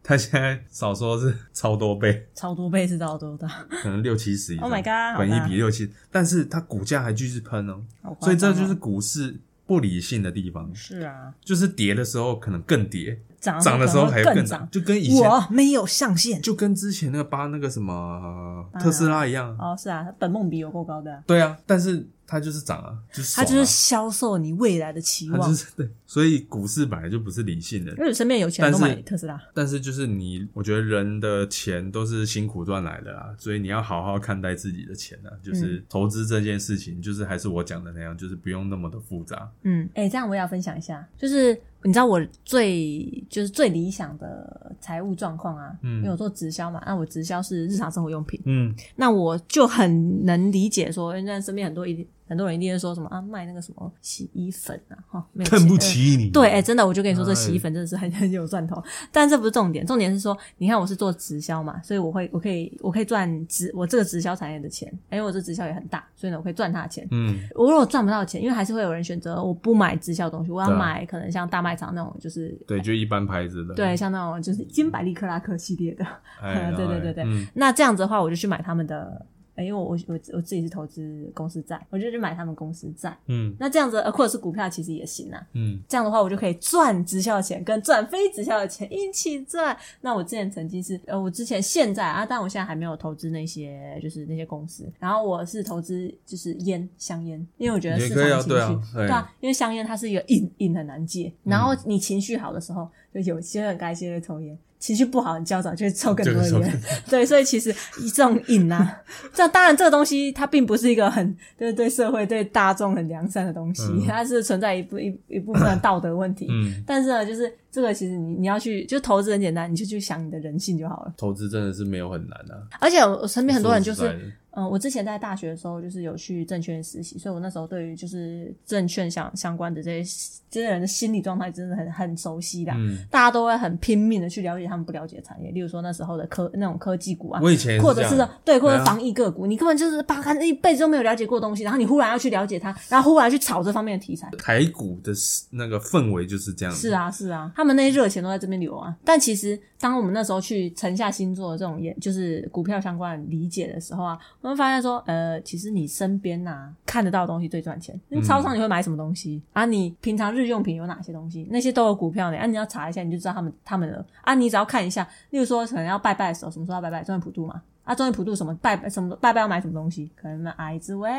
Speaker 1: 它现在少说是超多倍，
Speaker 2: 超多倍是到多大？
Speaker 1: 可能六七十以上。
Speaker 2: Oh my god，好
Speaker 1: 本益
Speaker 2: 大
Speaker 1: 比六七，但是它股价还继续喷哦，
Speaker 2: 好夸张哦
Speaker 1: 所以这就是股市不理性的地方，
Speaker 2: 是啊，
Speaker 1: 就是跌的时候可能更跌，
Speaker 2: 涨
Speaker 1: 涨的时候还
Speaker 2: 可能
Speaker 1: 有更
Speaker 2: 会更
Speaker 1: 涨
Speaker 2: 涨，。
Speaker 1: 就跟以前嗯
Speaker 2: 我没有上限
Speaker 1: 就跟之前那个巴那个什么
Speaker 2: 巴拿
Speaker 1: 特斯拉一样，
Speaker 2: 哦，是啊，本梦比有够高的啊，
Speaker 1: 对啊，但是它就是涨啊，就是
Speaker 2: 它
Speaker 1: 爽啊、
Speaker 2: 就是销售你未来的期
Speaker 1: 它
Speaker 2: 望
Speaker 1: 就。是对，所以股市本来就不是理性的
Speaker 2: 因，为身边有钱人都
Speaker 1: 但是
Speaker 2: 买特斯拉，
Speaker 1: 但是就是你，我觉得人的钱都是辛苦赚来的啊，所以你要好好看待自己的钱啊，就是投资这件事情，就是还是我讲的那样，就是不用那么的复杂，
Speaker 2: 嗯，哎、这样我也要分享一下，就是你知道我最就是最理想的财务状况啊，
Speaker 1: 嗯
Speaker 2: 因为我做直销嘛，那我直销是日常生活用品，
Speaker 1: 嗯，
Speaker 2: 那我就很能理解说，因为那身边很多一定很多人一定会说什么啊，卖那个什么洗衣粉啊，哈，没有钱
Speaker 1: 看不起你，
Speaker 2: 对，哎、真的，我就跟你说，这
Speaker 1: 哎
Speaker 2: 洗衣粉真的是很 很有赚头。但这不是重点，重点是说，你看我是做直销嘛，所以我会，我可以，我可以赚直我这个直销产业的钱，因为我这直销也很大，所以呢，我可以赚他的钱。
Speaker 1: 嗯，
Speaker 2: 我如果赚不到钱，因为还是会有人选择我不买直销的东西，我要
Speaker 1: 对啊
Speaker 2: 买可能像大卖场那种，就是
Speaker 1: 对，就一般牌子的，
Speaker 2: 对，像那种就是金百利克拉克系列的。
Speaker 1: 哎，
Speaker 2: 对对对对
Speaker 1: 嗯
Speaker 2: 那这样子的话，我就去买他们的，呃因为我我我我自己是投资公司债，我就去买他们公司债。
Speaker 1: 嗯
Speaker 2: 那这样子，呃，或者是股票，其实也行啊。
Speaker 1: 嗯，
Speaker 2: 这样的话，我就可以赚直销的钱跟赚非直销的钱一起赚。那我之前曾经是，呃，我之前现在啊，但我现在还没有投资那些就是那些公司，然后我是投资就是烟香烟，因为我觉得
Speaker 1: 也
Speaker 2: 市
Speaker 1: 可以啊
Speaker 2: 场情
Speaker 1: 对
Speaker 2: 绪、
Speaker 1: 啊对
Speaker 2: 对啊，因为香烟它是一个瘾瘾很难戒，然后你情绪好的时候，就有些人该些人抽烟。情绪不好，很焦躁，就会抽更
Speaker 1: 就
Speaker 2: 多
Speaker 1: 会抽
Speaker 2: 的
Speaker 1: 更
Speaker 2: 烟。对，所以其实这种瘾啊，这当然这个东西它并不是一个很就是对社会对大众很良善的东西，
Speaker 1: 嗯
Speaker 2: 它是存在一部一一部分的道德问题。
Speaker 1: 嗯，
Speaker 2: 但是呢，啊就是这个其实你你要去就投资很简单，你就去想你的人性就好了。
Speaker 1: 投资真的是没有很难 啊，
Speaker 2: 而且我身边很多人就
Speaker 1: 说实在
Speaker 2: 是，
Speaker 1: 的
Speaker 2: 嗯、我之前在大学的时候就是有去证券实习，所以我那时候对于就是证券相相关的这些这些人的心理状态真的很很熟悉的啊、
Speaker 1: 嗯，
Speaker 2: 大家都会很拼命的去了解他们不了解的产业，例如说那时候的科那种科技股啊，
Speaker 1: 我以前也
Speaker 2: 或者是
Speaker 1: 这样
Speaker 2: 对，或
Speaker 1: 对
Speaker 2: 者
Speaker 1: 啊
Speaker 2: 防疫个股，你根本就是把看一辈子都没有了解过的东西，然后你忽然要去了解它，然后忽然去炒这方面的题材。
Speaker 1: 台股的那个氛围就是这样，
Speaker 2: 是，啊，是啊，他们那些热钱都在这边流啊。但其实，当我们那时候去沉下心做这种研，就是股票相关的理解的时候啊，我们发现说，呃，其实你身边呐、看得到的东西最赚钱。你超商你会买什么东西、啊？你平常日用品有哪些东西？那些都有股票呢。啊，你要查一下，你就知道他们他们了。啊，你只要看一下，例如说可能要拜拜的时候，什么时候要拜拜？中原普渡嘛。啊，中原普渡什么拜什么拜拜要买什么东西？可能买矮子味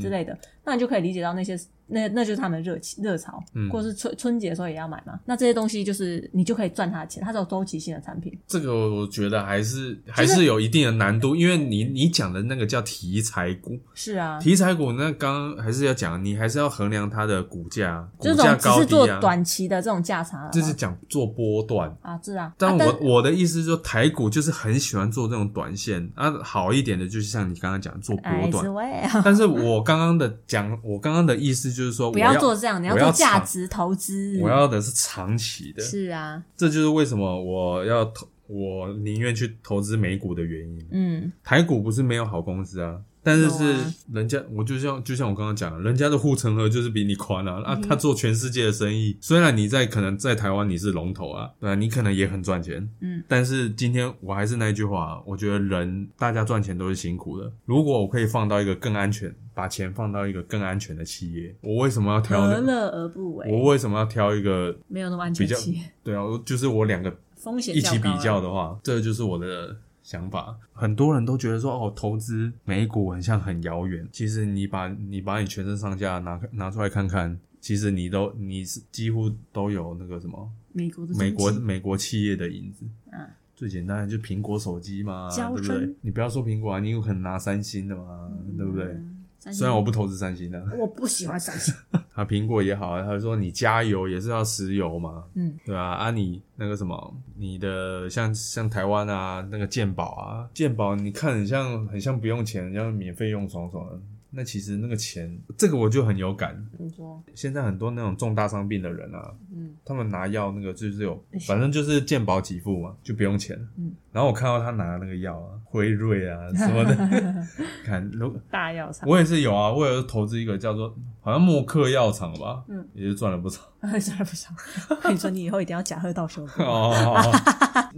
Speaker 2: 之类的，那你就可以理解到那些那那就是他们的热气热潮，
Speaker 1: 嗯
Speaker 2: 或者是春春节的时候也要买嘛。那这些东西就是你就可以赚他的钱，它是有周期性的产品。
Speaker 1: 这个我觉得还是还是有一定的难度，因为你你讲的那个叫题材股，
Speaker 2: 是啊，
Speaker 1: 题材股那刚刚还是要讲，你还是要衡量它的股价，股
Speaker 2: 这
Speaker 1: 价
Speaker 2: 种只
Speaker 1: 高
Speaker 2: 是
Speaker 1: 低
Speaker 2: 做
Speaker 1: 啊，
Speaker 2: 短期的这种价差了。
Speaker 1: 这是讲做波段。
Speaker 2: 啊，是啊。
Speaker 1: 但
Speaker 2: 啊
Speaker 1: 我、我的意思是说，台股就是很喜欢做这种短线啊，好一点的就是像你刚刚讲做波
Speaker 2: 矮子
Speaker 1: 段。
Speaker 2: 味啊，
Speaker 1: 但是我刚刚的讲，我刚刚的意思就是说，
Speaker 2: 不
Speaker 1: 我
Speaker 2: 要
Speaker 1: 要
Speaker 2: 做这样，你要
Speaker 1: 我要
Speaker 2: 做价
Speaker 1: 长
Speaker 2: 值投资。
Speaker 1: 我要的是长期的，
Speaker 2: 是啊，
Speaker 1: 这就是为什么我要投，我宁愿去投资美股的原因。
Speaker 2: 嗯，
Speaker 1: 台股不是没有好公司啊，但是
Speaker 2: 有
Speaker 1: 是
Speaker 2: 啊
Speaker 1: 人家，我就像就像我刚刚讲的，人家的护城河就是比你宽啊，
Speaker 2: 嗯
Speaker 1: 啊，他做全世界的生意，虽然你在可能在台湾你是龙头啊，对啊，你可能也很赚钱，
Speaker 2: 嗯，
Speaker 1: 但是今天我还是那一句话啊，我觉得人大家赚钱都是辛苦的，如果我可以放到一个更安全，把钱放到一个更安全的企业，我为什么要挑呢？
Speaker 2: 何乐而不为？
Speaker 1: 我为什么要挑一个？
Speaker 2: 没有那么安
Speaker 1: 比
Speaker 2: 全
Speaker 1: 较
Speaker 2: 期，
Speaker 1: 对啊，就是我两个
Speaker 2: 风险
Speaker 1: 一起
Speaker 2: 较高
Speaker 1: 比
Speaker 2: 啊
Speaker 1: 较的话，这就是我的想法。很多人都觉得说，哦，投资美股很像很遥远。其实你把你把你全身上下拿拿出来看看，其实你都你是几乎都有那个什么
Speaker 2: 美国的
Speaker 1: 美国
Speaker 2: 经济
Speaker 1: 美国企业的影子。
Speaker 2: 嗯
Speaker 1: 最简单的就苹果手机嘛，对
Speaker 2: 胶
Speaker 1: 不对
Speaker 2: 针？
Speaker 1: 你不要说苹果啊，你有可能拿三星的嘛，对不对？
Speaker 2: 嗯
Speaker 1: 虽然我不投资三星的、
Speaker 2: 我不喜欢三星，
Speaker 1: 啊，苹果也好啊，他说你加油也是要石油嘛，
Speaker 2: 嗯，
Speaker 1: 对啊，啊你那个什么，你的像像台湾啊那个健保啊，健保你看很像很像不用钱，很像免费用爽爽的。那其实那个钱，这个我就很有感。
Speaker 2: 你说，
Speaker 1: 现在很多那种重大伤病的人啊，
Speaker 2: 嗯，
Speaker 1: 他们拿药那个就是有
Speaker 2: 哎，
Speaker 1: 反正就是健保给付嘛，就不用钱。
Speaker 2: 嗯，
Speaker 1: 然后我看到他拿那个药啊，辉瑞 啊什么的，看如果
Speaker 2: 大药厂，
Speaker 1: 我也是有啊，我有投资一个叫做好像默克药厂吧，
Speaker 2: 嗯，
Speaker 1: 也是赚了不少。
Speaker 2: 算了不少。我跟你说，你以后一定要假贺 到手。
Speaker 1: 哦，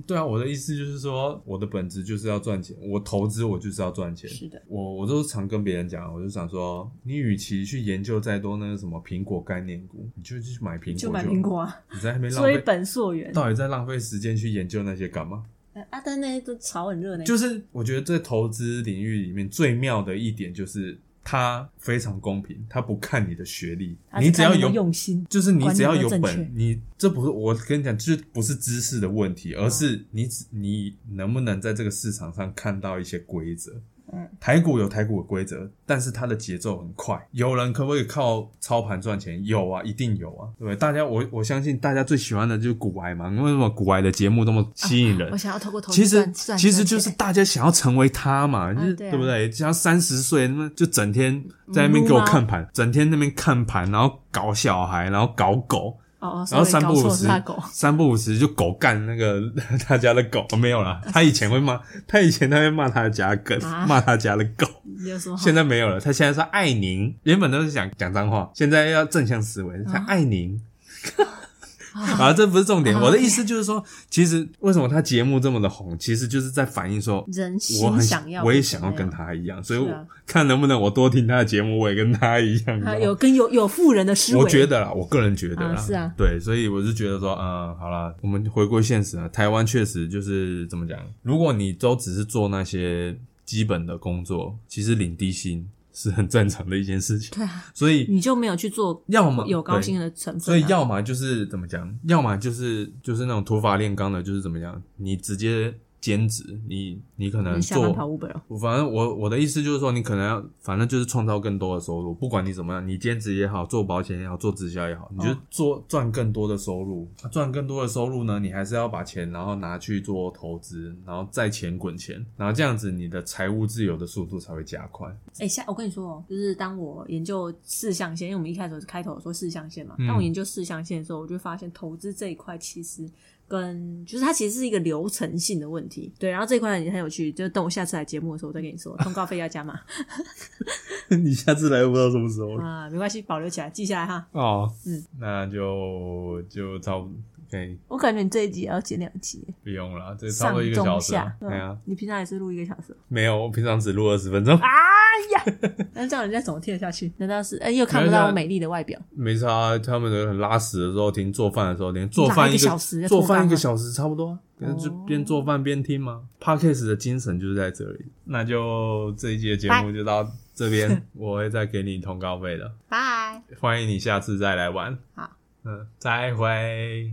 Speaker 1: 对啊，我的意思就是说，我的本质就是要赚钱，我投资我就是要赚钱。
Speaker 2: 是的，
Speaker 1: 我我都常跟别人讲，啊我就想说，你与其去研究再多那个什么苹果概念股，你就去买苹果
Speaker 2: 就买苹果啊，
Speaker 1: 你在那边浪
Speaker 2: 追
Speaker 1: 费，
Speaker 2: 本溯源。
Speaker 1: 到底在浪费时间去研究那些干嘛？
Speaker 2: 啊，但那些都炒很热呢。
Speaker 1: 就是我觉得在投资领域里面最妙的一点就是。它非常公平，它不看你的学历，
Speaker 2: 他
Speaker 1: 你只要
Speaker 2: 看
Speaker 1: 有
Speaker 2: 有用心，
Speaker 1: 就是你只要有
Speaker 2: 观念要正
Speaker 1: 本，你这不是我跟你讲，这不是知识的问题，而
Speaker 2: 嗯
Speaker 1: 是你只你能不能在这个市场上看到一些规则。
Speaker 2: 嗯，
Speaker 1: 台股有台股的规则，但是它的节奏很快。有人可不可以靠操盘赚钱？有啊，一定有啊，对不对？大家我我相信大家最喜欢的就是股癌嘛，因为什么股癌的节目那么吸引人？
Speaker 2: 啊我想要透过投资
Speaker 1: 其实
Speaker 2: 赚赚
Speaker 1: 其实
Speaker 2: 赚
Speaker 1: 就是
Speaker 2: 钱
Speaker 1: 大家想要成为他嘛，就是
Speaker 2: 对啊
Speaker 1: 不对？像三十岁，那么就整天在那边给
Speaker 2: 嗯
Speaker 1: 我看盘，整天那边看盘，然后搞小孩，然后搞狗，
Speaker 2: 哦哦，
Speaker 1: 然后
Speaker 2: sorry，
Speaker 1: 三不
Speaker 2: 搞错
Speaker 1: 五
Speaker 2: 了
Speaker 1: 十
Speaker 2: 大狗，
Speaker 1: 三不五十就狗干那个 他家的狗，哦没有 啦，他以前会骂，他以前他会骂他家的狗，
Speaker 2: 啊
Speaker 1: 骂他家的狗，
Speaker 2: 有什么好？
Speaker 1: 现在没有了，他现在是爱您，原本都是想讲脏话，现在要正向思维，
Speaker 2: 嗯
Speaker 1: 他爱 您。啊，这不是重点。
Speaker 2: 啊
Speaker 1: 我的意思就是说，其实为什么他节目这么的红，其实就是在反映说，
Speaker 2: 人
Speaker 1: 我
Speaker 2: 心
Speaker 1: 很
Speaker 2: 想要，
Speaker 1: 我也想要跟。他一样，所以
Speaker 2: 是
Speaker 1: 我
Speaker 2: 啊
Speaker 1: 看能不能我多听他的节目，我也跟他一样。
Speaker 2: 他
Speaker 1: 你知道
Speaker 2: 有
Speaker 1: 吗
Speaker 2: 跟有有富人的思维，
Speaker 1: 我觉得啦，我个人觉得啦，
Speaker 2: 啊是啊
Speaker 1: 对，所以我是觉得说，嗯，好啦，我们回归现实啊，台湾确实就是怎么讲，如果你都只是做那些基本的工作，其实领低薪是很正常的一件事情。
Speaker 2: 对啊，
Speaker 1: 所以
Speaker 2: 你就没有去做
Speaker 1: 要么
Speaker 2: 有高薪
Speaker 1: 对
Speaker 2: 的成分啊，
Speaker 1: 所以要么就是怎么讲，要么就是就是那种土法炼钢的，就是怎么样，你直接兼职，你你可能
Speaker 2: 你下班跑
Speaker 1: 做。
Speaker 2: Uber 哦
Speaker 1: 我反正我我的意思就是说，你可能要，反正就是创造更多的收入，不管你怎么样，你兼职也好，做保险也好，做直销也好，你就
Speaker 2: 哦
Speaker 1: 做赚更多的收入。啊赚更多的收入呢，你还是要把钱然后拿去做投资，然后再钱滚钱，然后这样子你的财务自由的速度才会加快。
Speaker 2: 哎、下我跟你说哦，就是当我研究四象限，因为我们一开始开头有说四象限嘛，
Speaker 1: 嗯
Speaker 2: 当我研究四象限的时候，我就发现投资这一块其实跟就是它其实是一个流程性的问题，对。然后这一块也很有趣，就等我下次来节目的时候我再跟你说，通告费要 加嘛
Speaker 1: 你下次来又不知道什么时候了。
Speaker 2: 啊，没关系，保留起来，记下来哈。
Speaker 1: 哦，
Speaker 2: 嗯，
Speaker 1: 那就就差不多可以
Speaker 2: 我感觉你这一集也要剪两集，
Speaker 1: 不用了，这差
Speaker 2: 上
Speaker 1: 不多一个小
Speaker 2: 中
Speaker 1: 时了
Speaker 2: 下。。嗯
Speaker 1: 对啊，
Speaker 2: 你平常也是录一个小时，哦
Speaker 1: 没有，我平常只录二十分钟，
Speaker 2: 那这样人家怎么听得下去？难道是哎、又看
Speaker 1: 没
Speaker 2: 不
Speaker 1: 有
Speaker 2: 到
Speaker 1: 那
Speaker 2: 我美丽的外表？
Speaker 1: 没差啊。他们的拉屎的时候听，做饭的时候听，做
Speaker 2: 哪
Speaker 1: 饭
Speaker 2: 一
Speaker 1: 个
Speaker 2: 个小时
Speaker 1: 做饭一个小
Speaker 2: 做
Speaker 1: 时差不多啊。可能就边做饭边听吗？Podcast 的精神就是在这里。那就这一集的节目就到这边，我会再给你通告费的，
Speaker 2: 拜。
Speaker 1: 嗯欢迎你下次再来玩。
Speaker 2: 好，
Speaker 1: 嗯，再会。